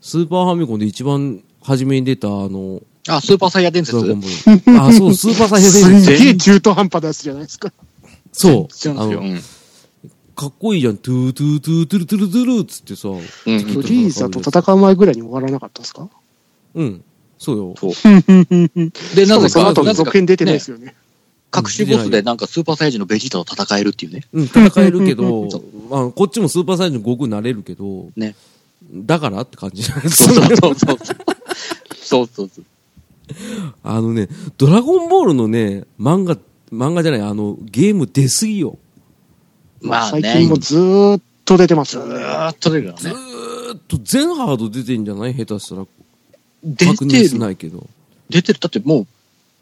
Speaker 1: スーパーファミコンで一番初めに出た、あの、
Speaker 2: あ、スーパーサイヤ伝
Speaker 1: ド
Speaker 2: 説
Speaker 1: ラゴンボール。あ、そう、スーパーサイヤ
Speaker 3: す
Speaker 1: 人。
Speaker 3: んげえ中途半端なやつじゃないですか。
Speaker 1: そう
Speaker 2: 違。うん
Speaker 1: あ
Speaker 2: ですよ。う
Speaker 1: の、
Speaker 2: ん
Speaker 1: かっこいいじゃん。トゥートゥートゥートゥルトゥルトゥルっつってさ。
Speaker 2: うん。
Speaker 1: う
Speaker 3: フリーザと戦う前ぐらいに終わらなかったですか
Speaker 1: うん。そうよ。
Speaker 2: そう。で、
Speaker 3: で、
Speaker 2: なぜ
Speaker 3: その
Speaker 2: か、
Speaker 3: 後
Speaker 2: なぜ
Speaker 3: の続
Speaker 2: か、
Speaker 3: 編出てないですよね。
Speaker 2: 隠しボスでなんかスーパーサイヤ人のベジータと戦えるっていうね。
Speaker 1: うん、戦えるけど
Speaker 2: そう、
Speaker 1: まあ、こっちもスーパーサイヤ人の悟空になれるけど、
Speaker 2: ね。
Speaker 1: だからって感じじゃないです
Speaker 2: そう
Speaker 1: か。
Speaker 2: そうそうそう。そうそうそう。
Speaker 1: あのね、ドラゴンボールのね、漫画、漫画じゃない、あの、ゲーム出すぎよ。
Speaker 2: まあ
Speaker 3: 最
Speaker 2: ね。
Speaker 3: 近もずーっと出てますよ
Speaker 2: ず
Speaker 3: ね。
Speaker 2: ーっと出るから
Speaker 1: ず
Speaker 2: ね。
Speaker 1: ーっと全ハード出てんじゃない下手したら。
Speaker 2: 出
Speaker 1: 確認
Speaker 2: て
Speaker 1: し
Speaker 2: る。
Speaker 1: ないけど。
Speaker 2: 出てる。だってもう、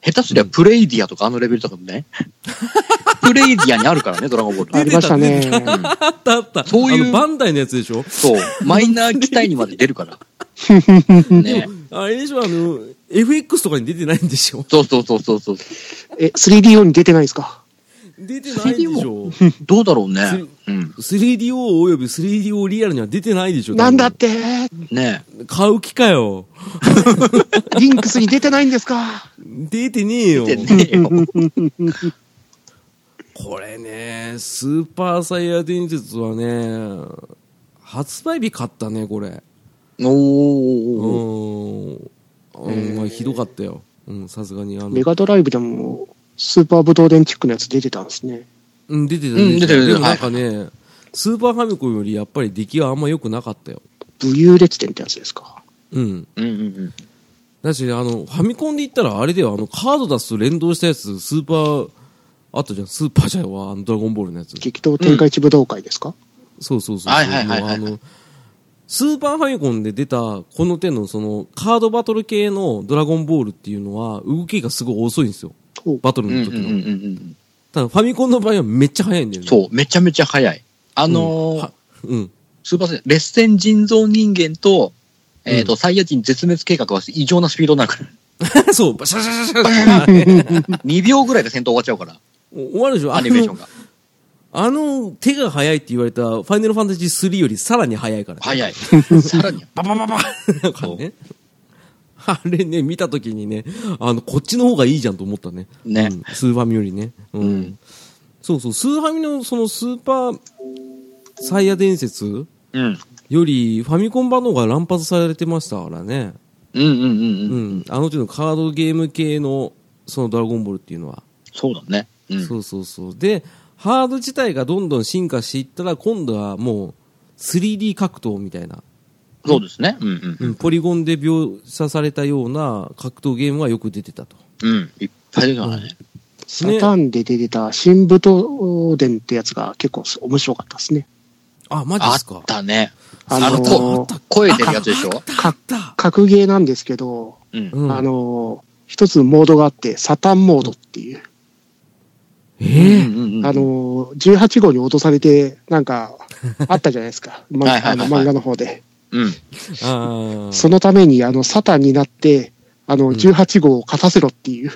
Speaker 2: 下手すりゃプレイディアとかあのレベルとかね。プレイディアにあるからね、ドラゴンボール
Speaker 3: あ
Speaker 2: の。
Speaker 3: りましたね。
Speaker 1: あったあった。
Speaker 2: そういう
Speaker 1: あのバンダイのやつでしょ
Speaker 2: そう。マイナー機体にまで出るから。ね。
Speaker 1: あれでしょあの、FX とかに出てないんでしょ
Speaker 2: そうそうそうそうそう。
Speaker 3: え、3DO に出てないですか
Speaker 1: 出てないでしょ
Speaker 2: どうだろうね。うん。
Speaker 1: 3DO および 3DO リアルには出てないでしょ
Speaker 3: なんだって
Speaker 2: ね
Speaker 1: 買う気かよ。
Speaker 3: リンクスに出てないんですか
Speaker 1: 出てねえよ。
Speaker 2: でねえよ
Speaker 1: これね、スーパーサイヤ伝説はね、発売日買ったね、これ。う
Speaker 2: おー。
Speaker 1: ーん。うんまあ、ひどかったよ。うん、さすがに。あの
Speaker 3: メガドライブでも、スーパーブドウ電チックのやつ出てたんですね。
Speaker 1: うん、出てた、
Speaker 2: うん出てる
Speaker 1: でもなんかね、スーパーファミコンよりやっぱり出来はあんま良くなかったよ。
Speaker 3: 武勇列伝ってやつですか
Speaker 1: うん。
Speaker 2: うんうんうん。
Speaker 1: だし、あの、ファミコンで言ったらあれでは、あの、カード出すと連動したやつ、スーパー、あったじゃん、スーパーじゃんわ、あの、ドラゴンボールのやつ。
Speaker 3: 激闘展開一武道会ですか、
Speaker 1: そうそうそう。
Speaker 2: はいはいはいはい
Speaker 1: もうあの、スーパーファミコンで出た、この手のその、カードバトル系のドラゴンボールっていうのは、動きがすごい遅いんですよ。
Speaker 3: おう
Speaker 1: バトル
Speaker 2: うん
Speaker 1: の
Speaker 2: うん
Speaker 1: 時
Speaker 2: うんう
Speaker 1: の。
Speaker 2: んうん。
Speaker 1: ただ、ファミコンの場合はめっちゃ早いんだよね。
Speaker 2: そう、めちゃめちゃ早い。あ
Speaker 1: うん。
Speaker 2: のー
Speaker 1: は、うん。
Speaker 2: スーパーサイヤ、列戦人造人間と、えっ
Speaker 1: う
Speaker 2: と、サイヤ人絶滅計画は異常なスピードになるか ら。
Speaker 1: そう、バシャシャシャシャ。
Speaker 2: 2秒ぐらいで戦闘終わっちゃうから、
Speaker 1: 終わるでしょ
Speaker 2: アニメーションが。
Speaker 1: あの、手が早いって言われた、ファイナルファンタジー3よりさらに早い から、ね。
Speaker 2: 早い。さらに。
Speaker 1: ババババなんかね。あれね、見たときにね、あの、こっちの方がいいじゃんと思ったね。
Speaker 2: ね
Speaker 1: うんスーファミよりね。うん。
Speaker 2: うん
Speaker 1: そうそう、スーファミのそのスーパーサイヤ伝説
Speaker 2: うん。
Speaker 1: よりファミコン版の方が乱発されてましたからね。
Speaker 2: うんうんう
Speaker 1: う
Speaker 2: んうん。
Speaker 1: ん。あの手のカードゲーム系の、そのドラゴンボールっていうのは。
Speaker 2: そうだね。うん。
Speaker 1: そうそうそう。で、ハード自体がどんどん進化していったら、今度はもう 3D 格闘みたいな、
Speaker 2: そうですね。うん
Speaker 1: うん、ポリゴンで描写されたような格闘ゲームがよく出てたと。
Speaker 2: うん。うん。いっぱい出てたからね。
Speaker 3: サターンで出てた新武闘伝ってやつが結構面白かったですね。
Speaker 1: あ、マジ
Speaker 2: あ
Speaker 1: っ
Speaker 2: っ
Speaker 1: すか。
Speaker 2: たね。
Speaker 3: あの
Speaker 2: あのこ
Speaker 3: ー
Speaker 2: 声出るやつでしょ
Speaker 1: あった。
Speaker 3: 格ゲーなんですけど、
Speaker 2: うん。
Speaker 1: うん、
Speaker 3: あのー一つモードがあって、サタンモードっていう、
Speaker 1: え
Speaker 2: うん
Speaker 1: ー
Speaker 2: うんうん
Speaker 3: あのー、18号に落とされて、なんか、あったじゃないで すか。ま
Speaker 2: はいは
Speaker 3: あ
Speaker 2: いはい
Speaker 3: の
Speaker 2: はい
Speaker 3: 漫画の方で。
Speaker 2: うん。
Speaker 1: あー
Speaker 3: そのために、あの、サタンになって、あの、
Speaker 1: ん
Speaker 3: 18号を勝たせろっていう。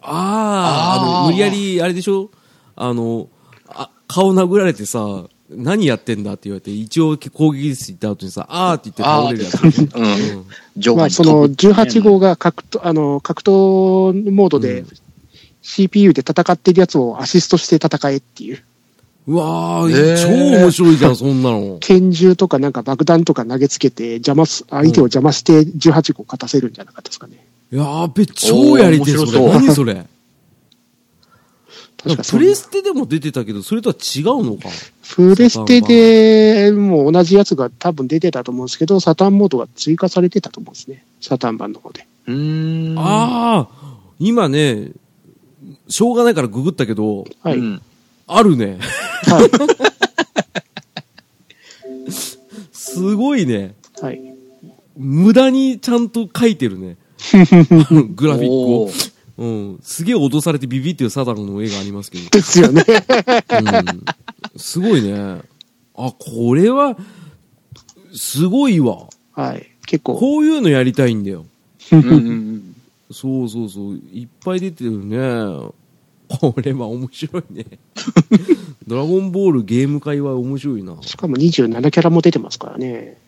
Speaker 1: あーあ
Speaker 2: あ
Speaker 1: の
Speaker 2: ー
Speaker 1: 無理やり、あれでしょあの、あ、顔殴られてさ、何やってんだって言われて、一応攻撃室行った後にさ、あーって言って倒れるやつ。
Speaker 2: うん。
Speaker 1: うん
Speaker 2: 上下
Speaker 3: まあ、
Speaker 2: に
Speaker 3: その、
Speaker 2: 飛ぶ
Speaker 3: 18号が格闘、あの、格闘モード
Speaker 1: う
Speaker 3: で
Speaker 1: ん、
Speaker 3: CPU で戦ってるやつをアシストして戦えっていう。
Speaker 1: うわー、
Speaker 2: えー
Speaker 1: 超面白いじゃん、そんなの。
Speaker 3: 拳銃とかなんか爆弾とか投げつけて、邪魔す、相手を邪魔して18号勝たせるんじゃなかったですかね。
Speaker 1: やべ、超やりてえ、
Speaker 2: おー
Speaker 1: それ。
Speaker 2: 面白そう
Speaker 1: 何そ れ。
Speaker 3: 確かそ
Speaker 1: プ
Speaker 3: う
Speaker 1: レステでも出てたけど、それとは違うのか。
Speaker 3: プレステでもう同じやつが多分出てたと思うんですけど、サタンモードが追加されてたと思うんですね。サタン版の方で。
Speaker 2: うーん。
Speaker 1: ああ、今ね、しょうがないからググったけど、
Speaker 3: はい。
Speaker 2: うん
Speaker 1: あるね。
Speaker 3: は
Speaker 1: すごいね。
Speaker 3: い。はい。
Speaker 1: 無駄にちゃんと書いてるね。 グラフィック
Speaker 2: お
Speaker 1: を。
Speaker 2: ー
Speaker 1: うん。すげえ脅されてビビってるサダンの絵がありますけど。
Speaker 3: ですよね。
Speaker 1: うん。すごいね。あ、これは、すごいわ。
Speaker 3: はい。結構。
Speaker 1: こういうのやりたいんだよ。
Speaker 2: うんうんうん
Speaker 1: そうそうそう。いっぱい出てるね。これは面白い ね。ドラゴンボールゲーム会は面白いな。
Speaker 3: しかも27キャラも出てますからね。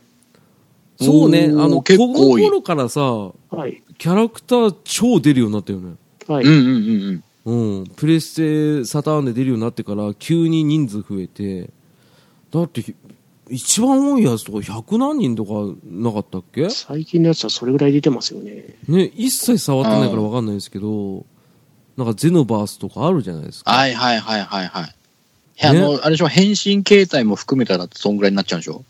Speaker 1: そうね。あ
Speaker 2: お
Speaker 1: の、
Speaker 2: ー
Speaker 1: こ
Speaker 2: 結
Speaker 1: の
Speaker 2: 構多い
Speaker 1: 頃からさ、
Speaker 3: はい。
Speaker 1: キャラクター超出るようになったよね。
Speaker 3: はい。
Speaker 2: うんうんうん
Speaker 1: う
Speaker 2: うん。
Speaker 1: ん。プレステ、サターンで出るようになってから、急に人数増えて、だってひ、一番多いやつとか100何人とかなかったっけ
Speaker 3: 最近のやつはそれぐらい出てますよね。
Speaker 1: ね、一切触ってないからわかんないですけど、なんかゼノバースとかあるじゃないですか。
Speaker 2: はいはいはいはいはい。あの、あれでしょ、変身形態も含めたらそんぐらいになっちゃうんでしょ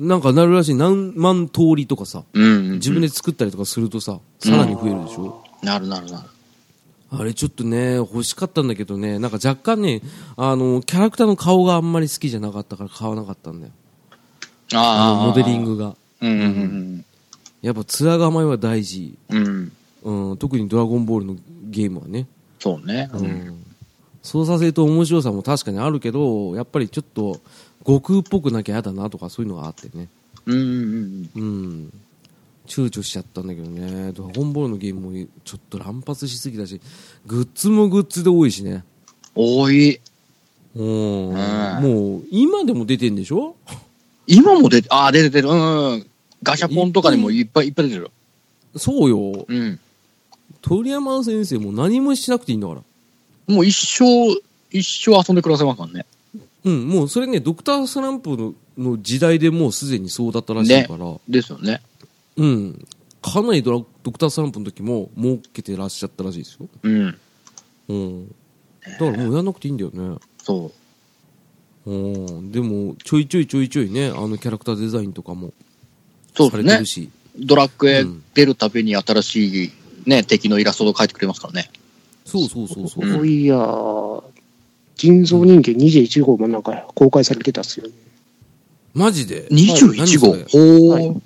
Speaker 1: なんかなるらしい何万通りとかさ、
Speaker 2: うんうんうん。
Speaker 1: 自分で作ったりとかするとさ、さらに増えるでしょ、
Speaker 2: なるなるなる。
Speaker 1: あれちょっとね、欲しかったんだけどね、なんか若干ね、あの、キャラクターの顔があんまり好きじゃなかったから買わなかったんだよ。あのモデリン。グが。
Speaker 2: うんうん
Speaker 1: やっぱ面構えは大事。
Speaker 2: うんうん。うん。
Speaker 1: うん、特にドラゴンボールのゲームはね。
Speaker 2: そうね。う。
Speaker 1: うんん。操作性と面白さも確かにあるけど、やっぱりちょっと、悟空っぽくなきゃやだなとかそういうのがあってね。
Speaker 2: うんうんうん。
Speaker 1: うん。躊躇しちゃったんだけどね。ドラゴンボールのゲームもちょっと乱発しすぎだし、グッズもグッズで多いしね。
Speaker 2: 多い。
Speaker 1: うん。
Speaker 2: ん
Speaker 1: もう、今でも出てんでしょ
Speaker 2: 今も出て、ああ、出て出てる。うんうん。ガシャポンとかにもいっぱいいっぱい出てる。
Speaker 1: そうよ。
Speaker 2: うん。
Speaker 1: 鳥山先生も何もしなくていいんだから。
Speaker 2: もう一生、一生遊んでくださいますからね。
Speaker 1: うん、もうそれね、ドクタースランプのの時代でもうすでにそうだったらしいから、
Speaker 2: ですよね。
Speaker 1: うん。かなりドラドクタースランプの時も儲けてらっしゃったらしいですよ。
Speaker 2: うん。
Speaker 1: うん。だからもうやんなくていいんだよね。
Speaker 2: そう。
Speaker 1: うん。でも、ちょいちょいちょいちょいね、あのキャラクターデザインとかも
Speaker 2: そう
Speaker 1: さ
Speaker 2: で
Speaker 1: れ
Speaker 2: す
Speaker 1: て
Speaker 2: ね
Speaker 1: る。し。
Speaker 2: ドラクエ
Speaker 1: うん
Speaker 2: 出るたびに新しい、ね、敵のイラストを描いてくれますからね。
Speaker 1: そうそうそうそう。
Speaker 2: ん
Speaker 3: そういやー、人造人間21号もなんか公開されてたっすよね。
Speaker 1: マジで
Speaker 2: 21号。
Speaker 1: 何そ
Speaker 2: ほ
Speaker 3: はい
Speaker 2: ー。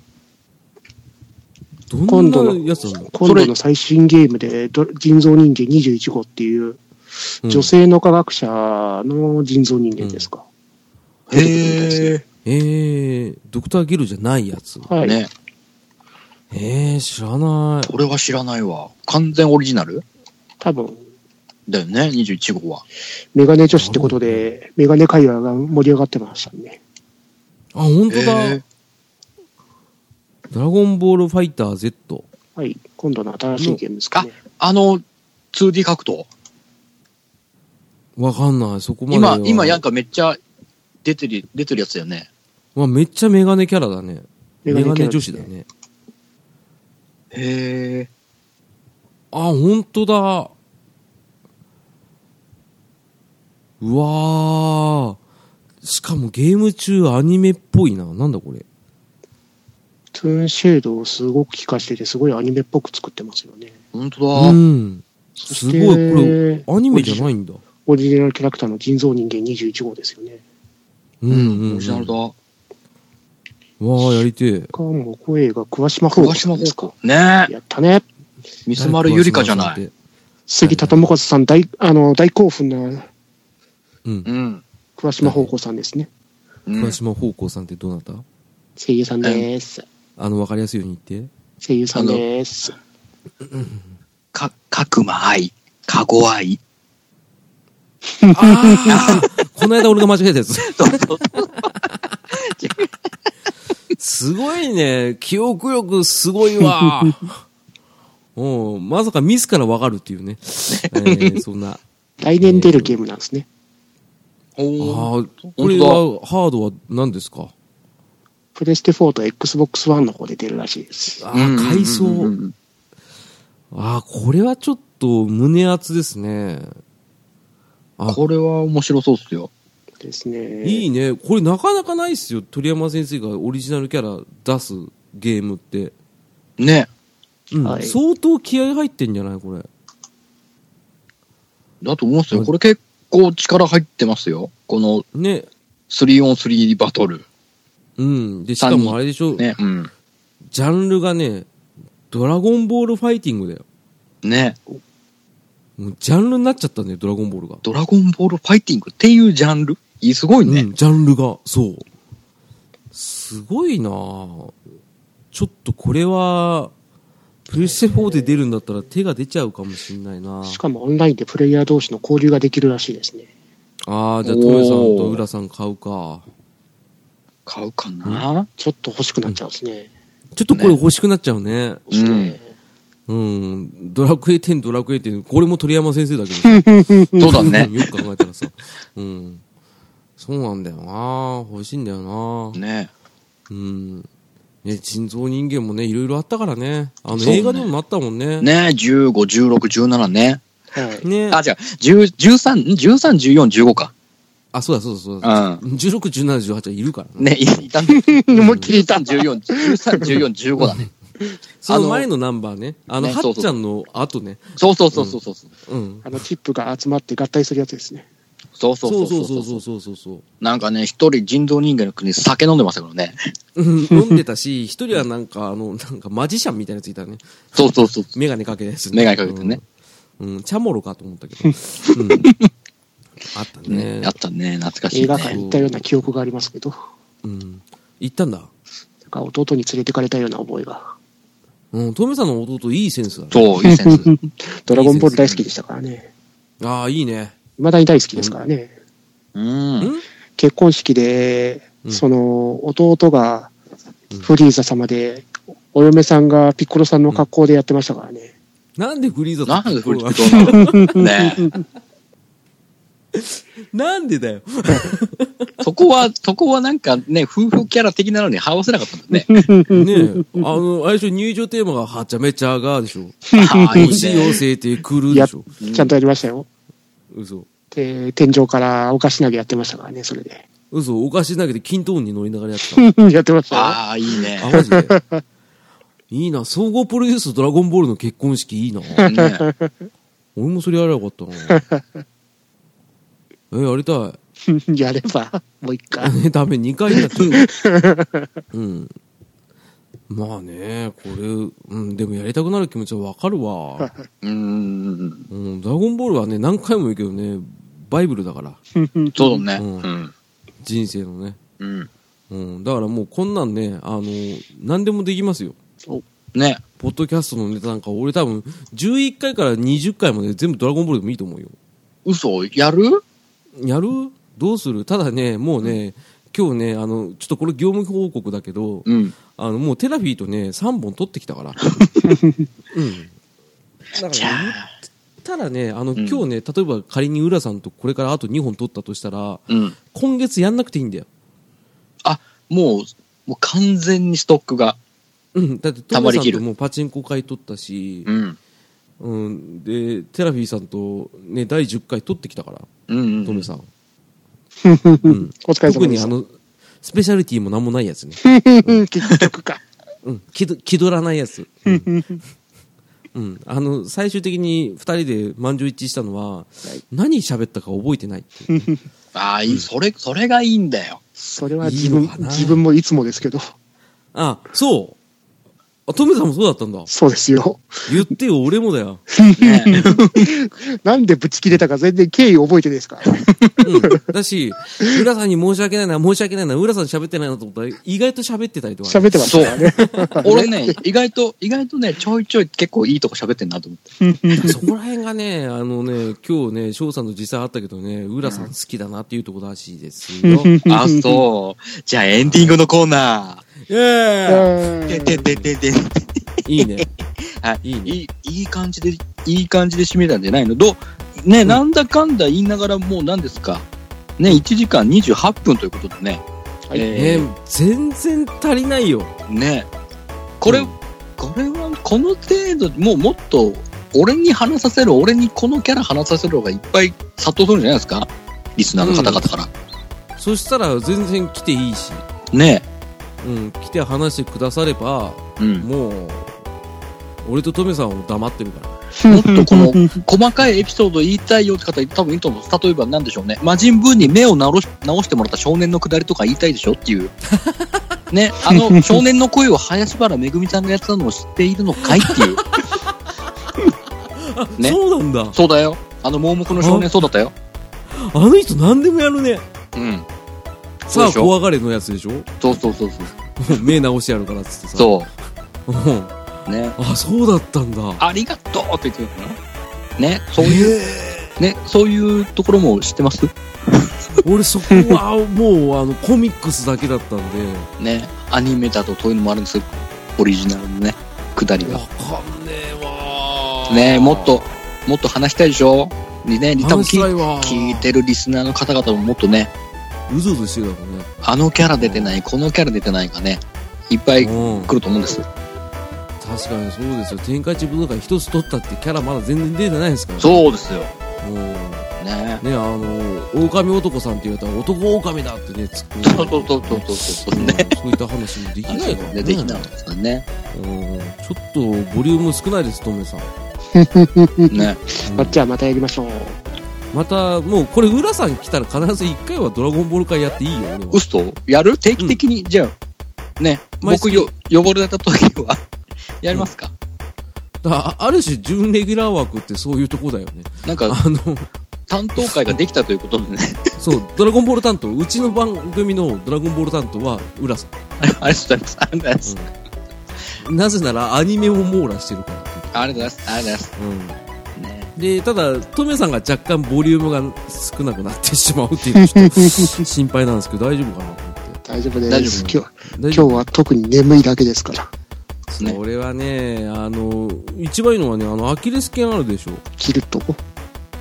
Speaker 1: れ
Speaker 3: 今度
Speaker 1: ど
Speaker 3: の
Speaker 1: んなやつなの、
Speaker 3: 今度の最新ゲームでど人造人間21号っていう
Speaker 1: うん
Speaker 3: 女性の科学者の人造人間ですか。出てくるみたいですね
Speaker 2: へ
Speaker 1: えー、ドクターギルじゃないやつ。
Speaker 3: は
Speaker 2: ー。
Speaker 3: い、
Speaker 2: ね、
Speaker 1: えー、知らない。
Speaker 2: 俺は知らないわ。完全オリジナル
Speaker 3: 多分
Speaker 2: だよね、21号は。
Speaker 3: メガネ女子ってことで、メガネ会話が盛り上がってましたね。
Speaker 1: あ、本当だ。
Speaker 2: へー
Speaker 1: ドラゴンボールファイター Z。
Speaker 3: はい、今度の新しいゲームですかね。
Speaker 2: あの、2D 格闘。
Speaker 1: わかんない。そこまでは。
Speaker 2: 今、今、なんかめっちゃ出てる、出てるやつだよね。
Speaker 1: わ、めっちゃメガネキャラだね。メ
Speaker 3: メ
Speaker 1: ガ
Speaker 3: ガネキャ
Speaker 1: ネ
Speaker 3: ラ
Speaker 1: 女子だね。
Speaker 2: へえ。
Speaker 1: あ、ほんとだ。うわー。しかもゲーム中アニメっぽいな。なんだこれ。
Speaker 3: トゥーンシェードをすごく効かしてて、すごいアニメっぽく作ってますよね。
Speaker 2: 本当だ。
Speaker 1: うん。
Speaker 3: そ
Speaker 1: す
Speaker 3: し
Speaker 1: ご
Speaker 3: て
Speaker 1: い、これ、アニメじゃないんだ。
Speaker 3: オリジナルキャラクターの人造人間21号ですよね。
Speaker 1: うんうん、うん。
Speaker 2: オリジナルだ。
Speaker 1: わあ、やりてえ。
Speaker 3: しかも声が桑島方
Speaker 2: 川島
Speaker 3: です
Speaker 2: 方向。ねえ。
Speaker 3: やったね。
Speaker 2: ミスマルユリカじゃない。。
Speaker 3: 杉田智和さん大、あの、大興奮な
Speaker 1: うん
Speaker 2: う。ん。
Speaker 3: 桑島方向さんですね。
Speaker 2: うん
Speaker 1: 桑島宝光さんってどなた
Speaker 3: 声優さんです。
Speaker 1: あの、わかりやすいように言って。
Speaker 3: 声優さんです。
Speaker 2: か、角間愛。かご愛。
Speaker 1: ああこの間俺が間違えたやつ。 すごいね。記憶力すごいわ。うん、まさかミスからわかるっていうね。えー、そんな。あ
Speaker 3: 来年出るゲームなんですね。
Speaker 1: あ
Speaker 2: おお。
Speaker 1: ー、これは、ハードは何ですか
Speaker 3: プレステ4と Xbox One の方で出るらしいです。
Speaker 1: ああ、改装。
Speaker 2: うんうんうん
Speaker 1: ああ、これはちょっと胸熱ですね。あ
Speaker 2: これは面白そうっすよ。
Speaker 3: ですね。
Speaker 1: いいね。これなかなかないっすよ。鳥山先生がオリジナルキャラ出すゲームって。
Speaker 2: ね
Speaker 1: うん
Speaker 3: はい
Speaker 1: 相当気合入ってんじゃないこれ。
Speaker 2: だと思うんですよ。これ結構力入ってますよ。この
Speaker 1: ね。
Speaker 2: 3on3 バトル。
Speaker 1: うん。で、しかもあれでしょ、
Speaker 2: ね。うん。
Speaker 1: ジャンルがね、ドラゴンボールファイティングだよ。
Speaker 2: ね
Speaker 1: もうジャンルになっちゃったね、ドラゴンボールが。
Speaker 2: ドラゴンボールファイティングっていうジャンルいいすごいね。
Speaker 1: うん、ジャンルが、そう。すごいなぁちょっとこれは、プレステ4で出るんだったら手が出ちゃうかもしんないな
Speaker 3: しかもオンラインでプレイヤー同士の交流ができるらしいですね。
Speaker 1: ああ、じゃあ、トヨさんと浦さん買うか。
Speaker 2: 買うかな
Speaker 3: ちょっと欲しくなっちゃうんですね。
Speaker 1: ちょっとこれ欲しくなっちゃうね。
Speaker 2: うん
Speaker 3: ね
Speaker 1: うん。ドラクエ10、ドラクエ10。これも鳥山先生だけどさ。
Speaker 2: そうだね
Speaker 1: ん。よく考えたらさ。うん。そうなんだよな欲しいんだよな
Speaker 2: ね
Speaker 1: うん。ね、人造人間もね、いろいろあったからね。あの、
Speaker 2: そうね
Speaker 1: 映画でもあったもんね。。
Speaker 2: ね15、16、17ね。
Speaker 3: はい。
Speaker 1: ね
Speaker 2: あ、違う。10 13、ん13、14、15か。
Speaker 1: あ、そうだそうだそう
Speaker 2: う
Speaker 1: だ。
Speaker 2: ん。
Speaker 1: 16、17、18はいるからな
Speaker 2: ねいいたんだ。
Speaker 3: 思いっきりいたんだ。
Speaker 2: 13、14、15だね。
Speaker 1: その前のナンバーね。あの、
Speaker 2: ね
Speaker 1: は
Speaker 2: そ
Speaker 1: っ
Speaker 2: うそう
Speaker 1: ちゃんの後ね。
Speaker 2: そうそうそうそうそう。
Speaker 1: うん。
Speaker 3: あの、チップが集まって合体するやつですね。
Speaker 2: そうそ
Speaker 1: そうう
Speaker 2: そ
Speaker 1: そうう
Speaker 2: そ
Speaker 1: そうう
Speaker 2: そ
Speaker 1: そうう。そうそうそう。
Speaker 2: なんかね、一人人造人間の国酒飲んでましたけどね。
Speaker 1: うん飲んでたし、一人はなんか、あの、なんかマジシャンみたいなやついたね。
Speaker 2: そうそうそう。
Speaker 1: メガネかけたやつ、
Speaker 2: メガネかけてね
Speaker 1: うん。うん、チャモロかと思ったけど。 うん、あったね
Speaker 2: ね、あったね。懐かしい
Speaker 3: 映
Speaker 2: ね
Speaker 3: 画。館に行ったような記憶がありますけど、
Speaker 1: うん。行ったんだ。
Speaker 3: なんか弟に連れてかれたような覚え が。
Speaker 1: うん、トメさんの弟いいセンスだね。
Speaker 2: そう、いいセンス。
Speaker 3: ドラゴンボール大好きでしたからね。
Speaker 1: ああ、いいね。
Speaker 3: 未だに大好きですからね。
Speaker 2: うん。
Speaker 1: ん
Speaker 3: 結婚式で、
Speaker 1: うん
Speaker 3: その、弟が
Speaker 1: うん
Speaker 3: フリーザ様で、お嫁さんがピッコロさんの格好でやってましたからね。
Speaker 1: なんでフリーザと
Speaker 2: なんでフリ
Speaker 1: な
Speaker 2: ートなのね
Speaker 1: なんでだよ。
Speaker 2: えそこは、そこはなんかね、夫婦キャラ的なのにはわせなかったんだね。
Speaker 1: ねえ。あの、あれでしょ、入場テーマがはちゃめちゃがでしょ。
Speaker 2: ああ、いい
Speaker 1: 星
Speaker 2: ね。
Speaker 1: 妖精って来る
Speaker 3: や
Speaker 1: で
Speaker 3: っ
Speaker 1: しょ。
Speaker 3: ちゃんとやりましたよ。
Speaker 1: 嘘。
Speaker 3: で、天井からお菓子投げやってましたからね、それで。
Speaker 1: 嘘、おかしいんだけど、均等に乗りながらやって
Speaker 3: やってましたよ。
Speaker 2: ああ、いいね
Speaker 1: た。あ、。マジで。 いいな。総合プロデュースドラゴンボールの結婚式いいな。
Speaker 2: ね
Speaker 1: 俺もそれやればよかったな。 え、やりたい。
Speaker 3: やれば、もう一 回。
Speaker 1: ね、ダメ、2回になっちゃう。うん。まあね、これ、うん、でもやりたくなる気持ちはわかるわ。
Speaker 2: うん。
Speaker 1: うん、ドラゴンボールはね、何回も言うけどね、バイブルだから、
Speaker 2: そうだね。
Speaker 1: う
Speaker 2: うん。
Speaker 1: 人生のね。
Speaker 2: うん。
Speaker 1: うん、だからもうこんなんね、あの、何でもできますよ。
Speaker 2: ね。
Speaker 1: ポッドキャストのネタなんか、俺多分、11回から20回まで全部ドラゴンボールでもいいと思うよ。
Speaker 2: 嘘やる
Speaker 1: やるどうするただね、もうね、今日ね、あの、ちょっとこれ業務報告だけど、
Speaker 2: うん。
Speaker 1: あの、もうテラフィーとね、3本取ってきた から。うん。だ
Speaker 2: じ
Speaker 1: か
Speaker 2: ゃ
Speaker 1: ら、ね、
Speaker 2: あ。
Speaker 1: ただね、あの、
Speaker 2: ん
Speaker 1: 今日ね、例えば仮に浦さんとこれからあと2本取ったとしたら、
Speaker 2: うん。
Speaker 1: 今月やんなくていいんだよ。
Speaker 2: あ、もう、もう完全にストックが。
Speaker 1: うん、だってト
Speaker 2: た
Speaker 1: モ
Speaker 2: ま
Speaker 1: さ
Speaker 2: り
Speaker 1: ん
Speaker 2: き
Speaker 1: と
Speaker 2: る
Speaker 1: もうパチンコ買い取ったし、
Speaker 2: ん。
Speaker 1: うんでテラフィーさんと、ね、第10回取ってきたから、
Speaker 2: うん、うん。
Speaker 1: トム さん、ん
Speaker 3: お疲れ
Speaker 1: 特
Speaker 3: 様で
Speaker 1: に
Speaker 3: し
Speaker 1: あ
Speaker 3: た。
Speaker 1: のスペシャリティもなんもないやつね、
Speaker 3: 結局か。
Speaker 1: うん、気ど気取らないや つ、うんうん、あの最終的に2人で満場一致したのは、何喋ったか覚えてないっていう
Speaker 2: ああ、いい、それ、それがいいんだよ。
Speaker 3: それはい
Speaker 1: い
Speaker 3: 自
Speaker 1: の
Speaker 3: 分、
Speaker 1: かな
Speaker 3: 自分もいつもですけど。
Speaker 1: あそうあトムさんもそうだったんだ
Speaker 3: そうですよ。
Speaker 1: 言ってよ俺もだよ
Speaker 2: ね、
Speaker 3: なんでぶち切れたか全然経緯覚えてですか
Speaker 1: うん、だし、浦さんに申し訳ないな、申し訳ないな、浦さん喋ってないなと思ったら、意外と喋ってたりとか、
Speaker 3: 喋ってましたからね。
Speaker 2: 俺ね、意外と、意外とね、ちょいちょい結構いいとこ喋ってんなと思って。
Speaker 1: そこら辺がね、あのね、今日ね、翔さんの実際あったけどね、浦さん好きだなっていうところらしいですよ。
Speaker 2: あ、そう。じゃあエンディングのコーナ
Speaker 1: イエー
Speaker 3: う
Speaker 2: ー。
Speaker 3: ん
Speaker 2: ででででで。
Speaker 1: イいいね。
Speaker 2: はい
Speaker 1: いいね。
Speaker 2: いい、いい感じで、いい感じで締めたんじゃないのどう、ね、なんだかんだ言いながらもう何ですか。ね、1時間28分ということでね。
Speaker 3: はい
Speaker 2: え
Speaker 1: ね
Speaker 2: ー
Speaker 1: 全然足りないよ。
Speaker 2: ね。これ、
Speaker 1: うん
Speaker 2: これは、この程度、もうもっと、俺に話させる、俺にこのキャラ話させる方がいっぱい殺到するんじゃないですかリスナーの方々から。
Speaker 1: そしたら全然来ていいし、
Speaker 2: ね
Speaker 1: うん、来て話してくだされば、
Speaker 2: うん。
Speaker 1: もう、俺とトメさんは黙ってるから。
Speaker 2: もっとこの、細かいエピソード言いたいよって方、多分いると思うんです。例えば何でしょうね。魔人ブーに目を直し直してもらった少年のくだりとか言いたいでしょって いう。ね、あの、少年の声を林原めぐみさんがやってたのを知っているのかい っていう。
Speaker 1: あ、
Speaker 2: ね
Speaker 1: そうなんだ。
Speaker 2: そうだよ。あの盲目の少年そうだったよ。
Speaker 1: あの人何でもやるね。
Speaker 2: うん。そう
Speaker 1: さ
Speaker 2: で
Speaker 1: あ、
Speaker 2: しょ
Speaker 1: 怖がれのやつでしょ
Speaker 2: そうそうそうそう。
Speaker 1: 目直してやるからっつってさ。
Speaker 2: そう。
Speaker 1: うん。
Speaker 2: ね、
Speaker 1: あ、そうだったんだ。
Speaker 2: ありがとうって言ってるのかなね、そういう、ね、そういうところも知ってます
Speaker 1: 俺そこはもうあのコミックスだけだったんで、
Speaker 2: ね、アニメだとそういうのもあるんですよ。オリジナルのね、くだり
Speaker 1: わ
Speaker 2: が。
Speaker 1: かんねえわー
Speaker 2: ね、もっと、もっと話したいでしょにね、多分
Speaker 1: 話し
Speaker 2: 聞
Speaker 1: た
Speaker 2: い
Speaker 1: いわ
Speaker 2: 聞いてるリスナーの方々ももっとね、
Speaker 1: うずうずしてたもんね。
Speaker 2: あのキャラ出てない、このキャラ出てないがね、いっぱい来
Speaker 1: うん。
Speaker 2: ると思うんです。
Speaker 1: 確かにそうですよ。天下一武道会一つ取ったってキャラまだ全然出てないですから。
Speaker 2: そうですよ。
Speaker 1: うん。ね、
Speaker 2: ね。
Speaker 1: あの、狼男さんって言われたら男狼だってね、突っ込んで
Speaker 2: そうそうそうそうそうそううんね。
Speaker 1: そういった話もでき
Speaker 2: あ
Speaker 1: ないから
Speaker 2: そう
Speaker 1: ね。
Speaker 2: ねできないですからね。
Speaker 1: うん。ちょっとボリューム少ないです、トメさん。
Speaker 2: ね。
Speaker 1: うん
Speaker 3: まあ じゃあまたやりましょう。
Speaker 1: また、もうこれ、浦さん来たら必ず1回はドラゴンボール会やっていいよ、俺は。
Speaker 2: ウスとやる定期的に、じゃあ、ね、
Speaker 1: 毎
Speaker 2: 僕
Speaker 1: 月
Speaker 2: よ、汚れた時は、やりますか、
Speaker 1: だからある種、準レギュラー枠ってそういうとこだよ ね。
Speaker 2: なんか、
Speaker 1: あの、
Speaker 2: 担当会ができたということでね、
Speaker 1: そう、ドラゴンボール担当、うちの番組のドラゴンボール担当は浦さん。
Speaker 2: ありがとうございます。ありがとうございます。
Speaker 1: なぜならアニメを網羅してるからって
Speaker 2: ありがとうございます。ありがとうございます。
Speaker 1: いう。うん。
Speaker 2: ね、
Speaker 1: で、ただ、トメさんが若干ボリュームが少なくなってしまうっていうのちょっと心配なんですけど、大丈夫かなと思って。
Speaker 3: 大丈夫です。
Speaker 2: 大丈
Speaker 1: 夫
Speaker 3: 今日
Speaker 1: 大丈夫
Speaker 3: 今日は特に眠いだけですから。
Speaker 1: それはね、あの、一番いいのはね、あの、アキレス腱あるでしょ。
Speaker 3: 切ると。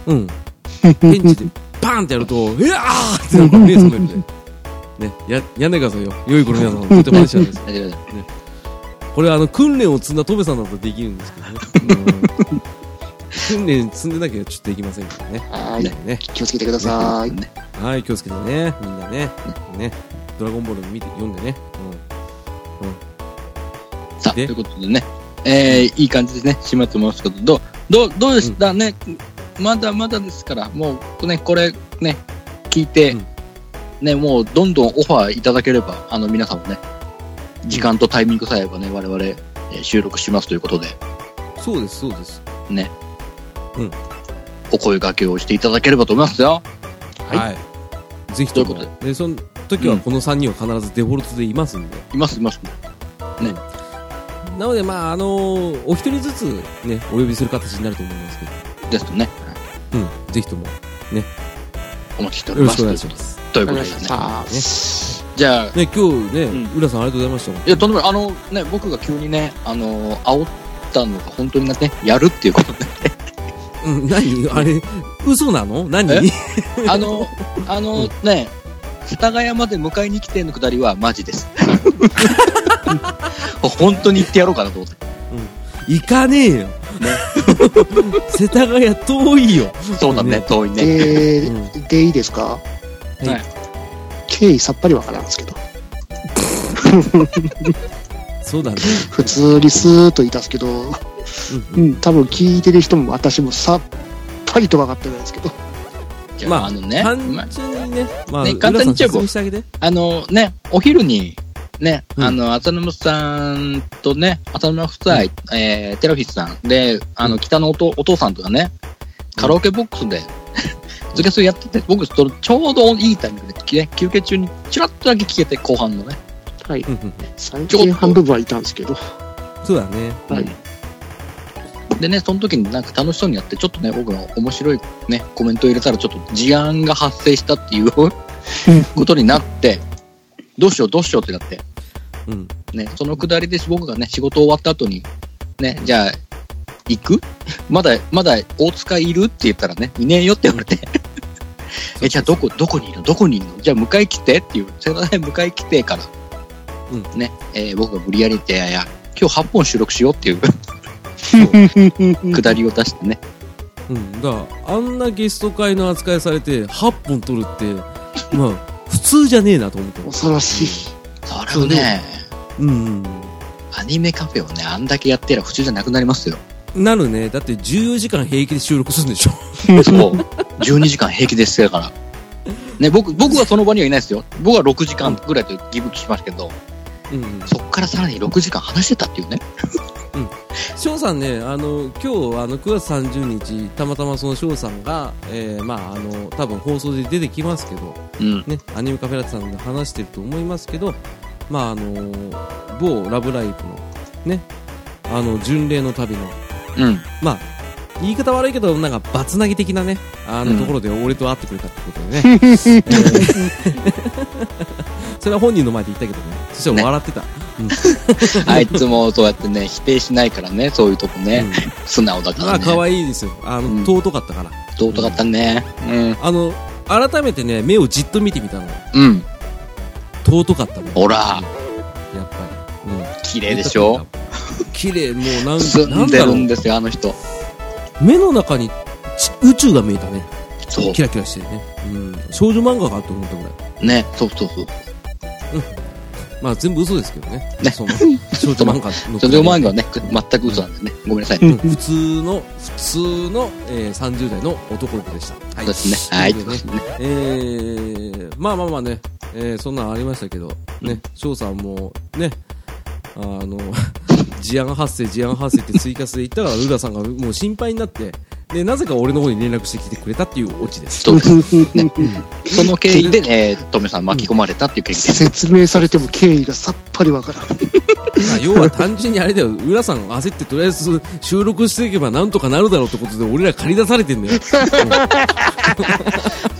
Speaker 1: うん。ベンチでパーンってやると、えあーってなんか目覚めるんで。ね、や、やんないでくださいよ。良い頃皆さん、とても話しです。
Speaker 2: 大丈夫です。
Speaker 1: これ、あの、訓練を積んだトメさんだとできるんですけどね。うん訓練積んでなきゃちょっとできませんからね。
Speaker 3: はい。
Speaker 1: ね。
Speaker 3: 気をつけてください。
Speaker 2: ね
Speaker 1: はい、気をつけてね。みんなね。ね。ドラゴンボール見て、読んでね。
Speaker 2: さあ、と
Speaker 1: で
Speaker 2: いうことでね、えー、いい感じですね、締めてますけど、どう、どう、どうでしたね、まだまだですから、もう、ね、これ、ね、聞いて、
Speaker 1: うん
Speaker 2: ね、もう、どんどんオファーいただければ、あの、皆さんもね、時間とタイミングさえあればね、我々、えー収録しますということで、
Speaker 1: うん。そうです、そうです。
Speaker 2: ね。
Speaker 1: うん。
Speaker 2: お声掛けをしていただければと思いますよ。はい
Speaker 1: い。ぜひと
Speaker 2: と
Speaker 1: も
Speaker 2: いうこ。
Speaker 1: で、その時はこの3人は必ずデフォルトでいますんで。
Speaker 2: います、います。
Speaker 1: なので、まあ、あのお一人ずつね、お呼びする形になると思いますけど、
Speaker 2: ですね。
Speaker 1: うん、ぜひとも、よ
Speaker 2: お待ちしており
Speaker 1: ろ
Speaker 2: ま
Speaker 1: しく
Speaker 2: す。
Speaker 1: お願いします。
Speaker 2: という
Speaker 3: わ
Speaker 2: こ
Speaker 3: か
Speaker 2: と
Speaker 3: り
Speaker 2: で
Speaker 3: まし
Speaker 2: ね。
Speaker 3: た。
Speaker 2: じゃあ、
Speaker 1: ね、今日ね、
Speaker 2: うん
Speaker 1: 浦さんありがとうございました。
Speaker 2: いや、とんでもない。あの、ね、僕が急にね、あの、煽ったのが本当にね、やるっていうことで。
Speaker 1: うん、何あれ、嘘なの何
Speaker 2: えあの、あのね、幡ヶ谷まで迎えに来てのくだりはマジです。 本当に行ってやろうかなと思って。
Speaker 1: 行かねえよ。 世田谷遠いよ。
Speaker 2: そうだね、
Speaker 1: ね
Speaker 2: 遠いね。
Speaker 3: で
Speaker 1: う、
Speaker 3: で、いいですか
Speaker 1: い
Speaker 2: はい。
Speaker 3: 経緯さっぱりわからんですけど。
Speaker 1: そうだね。
Speaker 3: 普通にスーッといたんですけど、
Speaker 1: うん
Speaker 3: う。ん、多分聞いてる人も私もさっぱりと分かってないですけど。
Speaker 2: じゃ
Speaker 1: ま
Speaker 2: あ、
Speaker 1: あ、
Speaker 2: あのね、ま
Speaker 1: 単純にね、まあ、
Speaker 2: ね簡単に言っちゃえば
Speaker 1: 浦さん説明してあげて。
Speaker 2: あのね、お昼に、ね、
Speaker 1: うん
Speaker 2: あの、浅沼さんとね、浅沼夫妻、えー、テラフィスさんで、あの、北のおとお父さんとかね、カラオケボックスで、ズキャスやってて、僕、ちょうどいいタイミングで、ね、休憩中にチラッとだけ聞けて、後半のね。
Speaker 3: はい。
Speaker 1: うんうん。
Speaker 3: 最近半分はいたんですけど。
Speaker 1: そうだね。
Speaker 3: はい
Speaker 2: うんでね、その時になんか楽しそうにやって、ちょっとね、僕が面白いね、コメントを入れたら、ちょっと事案が発生したっていう ことになって、どうしようどうしようってなって、
Speaker 1: うん。
Speaker 2: ね、そのくだりで僕がね、仕事終わった後に、ね、じゃあ、行くまだ、まだ大塚いるって言ったらね、いねえよって言われて。え、じゃあどこ、どこにいるのどこにいるのじゃあ迎え来てっていう、それがね、迎え来てから、
Speaker 1: う
Speaker 2: ね、えー僕が無理やりって、いやいや、今日8本収録しようっていうくだりを出してね。
Speaker 1: うん。だから、あんなゲスト会の扱いされて、8本取るって、 まあ、普通じゃねえなと思った。
Speaker 3: 恐ろしい。
Speaker 2: それをね、
Speaker 1: うん。
Speaker 2: アニメカフェをね、あんだけやってりゃ普通じゃなくなりますよ。
Speaker 1: なるね。だって14時間平気で収録するんでし ょ。
Speaker 2: そう。12時 間平気ですだから。ね、僕、僕はその場にはいないですよ。僕は6時間ぐらいとギブ聞きましたけど、
Speaker 1: うんうん。
Speaker 2: そっからさらに6時間話してたっていうね。
Speaker 1: 翔さんね、あの、今日、あの、9月30日、たまたまその翔さんが、えー、まあ、あの、多分放送で出てきますけど、
Speaker 2: うん。
Speaker 1: ね、アニメカフェラテさんで話してると思いますけど、まあ、あの、某ラブライブの、ね、あの、巡礼の旅の、
Speaker 2: うん。
Speaker 1: まあ、言い方悪いけど、なんか、バツナギ的なね、あ
Speaker 2: うん
Speaker 1: のところで俺と会ってくれたってことで ね。えー それは本人の前で言ったけどね。そしたら笑ってた。
Speaker 2: あいつもそうやってね、否定しないからね、そういうとこね。素直だか
Speaker 1: うん、ま
Speaker 2: ら
Speaker 1: あ、
Speaker 2: ね。
Speaker 1: 可愛いですよ。あの、
Speaker 2: うん
Speaker 1: 尊かったから。
Speaker 2: 尊かったね。
Speaker 1: あの、改めてね、目をじっと見てみたの。
Speaker 2: うん。うん。
Speaker 1: 尊かったもん。
Speaker 2: ほら、
Speaker 1: やっぱり。うん。
Speaker 2: 綺麗でしょ
Speaker 1: 綺麗、もうなん、な
Speaker 2: 住ん
Speaker 1: ん
Speaker 2: で
Speaker 1: だ
Speaker 2: る
Speaker 1: ろ
Speaker 2: ん
Speaker 1: う。
Speaker 2: ですよ、あの人。
Speaker 1: 目の中にち宇宙が見えたね。
Speaker 2: そう
Speaker 1: キラキラしてるね。うん。少女漫画かと思ったぐらい。
Speaker 2: ね、そうそうそう。
Speaker 1: まあ、全部嘘ですけどね。
Speaker 2: ね
Speaker 1: その、少女漫画の。
Speaker 2: それ前がね、く全く嘘なんでね。ごめんなさい。
Speaker 3: うん
Speaker 1: 普通の、普通の、えー、30代の男の子でした。は
Speaker 2: そうですね。はい。
Speaker 1: と
Speaker 2: そう
Speaker 1: いうこ
Speaker 2: で
Speaker 1: と
Speaker 2: す
Speaker 1: でね
Speaker 2: ね
Speaker 1: えー、まあまあまあね、えー、そんなんありましたけど、ね、翔さんも、ね、あの、 事案発生、事案発生って追加して言ったら、ルーラさんがもう心配になって、で、なぜか俺の方に連絡してきてくれたっていうオチです。
Speaker 2: そうですその経緯で、えー、トメさん巻き込まれたっていう経緯です。
Speaker 3: 説明されても経緯がさっぱりわからん。
Speaker 1: まあ要は単純にあれだよ、ルーラさん焦ってとりあえず収録していけばなんとかなるだろうってことで、俺ら借り出されてんだよ。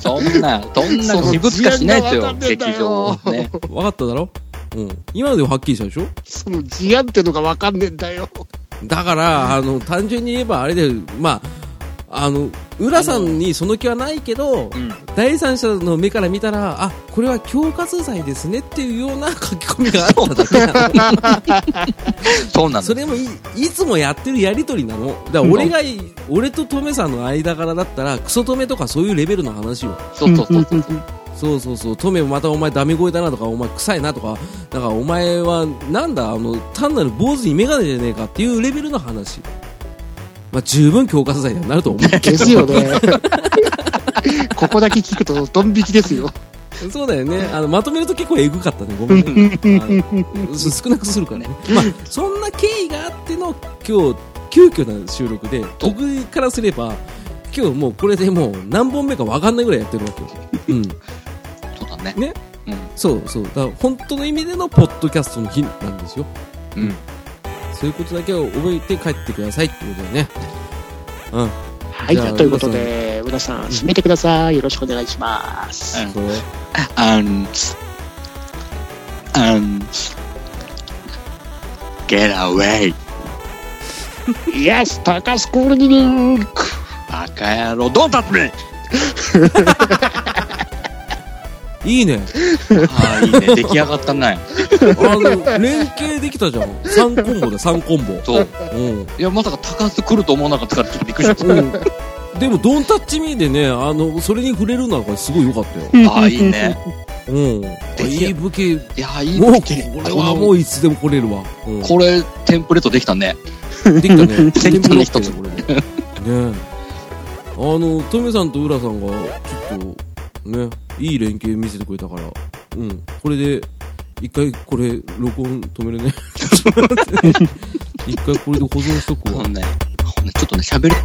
Speaker 2: そんな、そんな私物化しないですよ、劇場をね。
Speaker 1: わかっただろうん。今のでもはっきりしたでしょ
Speaker 3: その事案ってのがわかんねえんだよ。
Speaker 1: だから、あの、単純に言えばあれで、まあ、あの、浦さんにその気はないけど、
Speaker 2: うん
Speaker 1: 第三者の目から見たら、あ、これは恐喝罪ですねっていうような書き込みがあっただけなの。
Speaker 2: そうなん
Speaker 1: そ
Speaker 2: です。
Speaker 1: れもい、いつもやってるやりとりなの。だから俺が、俺とトメさんの間柄だったら、クソトメとかそういうレベルの話よ。
Speaker 2: そうそうそう。
Speaker 1: そうそうそう、トメまたお前ダメ声だなとか、お前臭いなとか、だからお前はなんだ、あの、単なる坊主にメガネじゃねえかっていうレベルの話。まあ、十分強化罪にはなると思 うけ
Speaker 3: で
Speaker 1: ど。
Speaker 3: すよね。ここだけ聞くとドン引きですよ。
Speaker 1: そうだよね。あの、まとめると結構エグかったね。ごめんね。あのす少なくするからね。まあ、そんな経緯があっての今日、急遽な収録で、僕からすれば、今日もうこれでもう何本目かわかんないぐらいやってるわけよ。うん。
Speaker 2: そうだね。
Speaker 1: ね
Speaker 2: う
Speaker 1: そうそう。だから本当の意味でのポッドキャストの日なんですよ。
Speaker 2: ん。うん。
Speaker 1: そういうことだけを覚えて帰ってくださいってことだよね。うん。
Speaker 3: はい、
Speaker 1: じゃあ
Speaker 3: ということで、皆さん、締めてください。よろしくお願いします。
Speaker 2: うん
Speaker 1: これ
Speaker 2: あん、あん、get away!
Speaker 3: イエス、高須コールニング
Speaker 2: バカ野郎、どうだって
Speaker 1: いいね。
Speaker 2: ああ、いいね。出来上がったな。
Speaker 1: あの、連携できたじゃん。3コンボで3コンボ。
Speaker 2: そう。
Speaker 1: うん。
Speaker 2: いや、まさか高須来ると思わなかったから、ちょっとびっくりしちゃっ
Speaker 1: うん。でも、ドンタッチミーでね、あの、それに触れるのがすごい良かったよ。
Speaker 2: た。ああ、いいね。
Speaker 1: うん。いい武器。
Speaker 2: いや、いい
Speaker 1: もう、
Speaker 2: ね。
Speaker 1: これはもういつでも来れるわ。うん。
Speaker 2: これ、テンプレートできたね。
Speaker 1: できたね。
Speaker 2: きたね
Speaker 1: 全部ロック
Speaker 2: 一つ
Speaker 1: これね。ねえあの、トメさんと浦さんが、ちょっと、ね、いい連携見せてくれたから、うん。これで、一回これ、録音止める ね。一回これで保存しとくわ
Speaker 2: こ。んね、こんねちょっとね、喋る。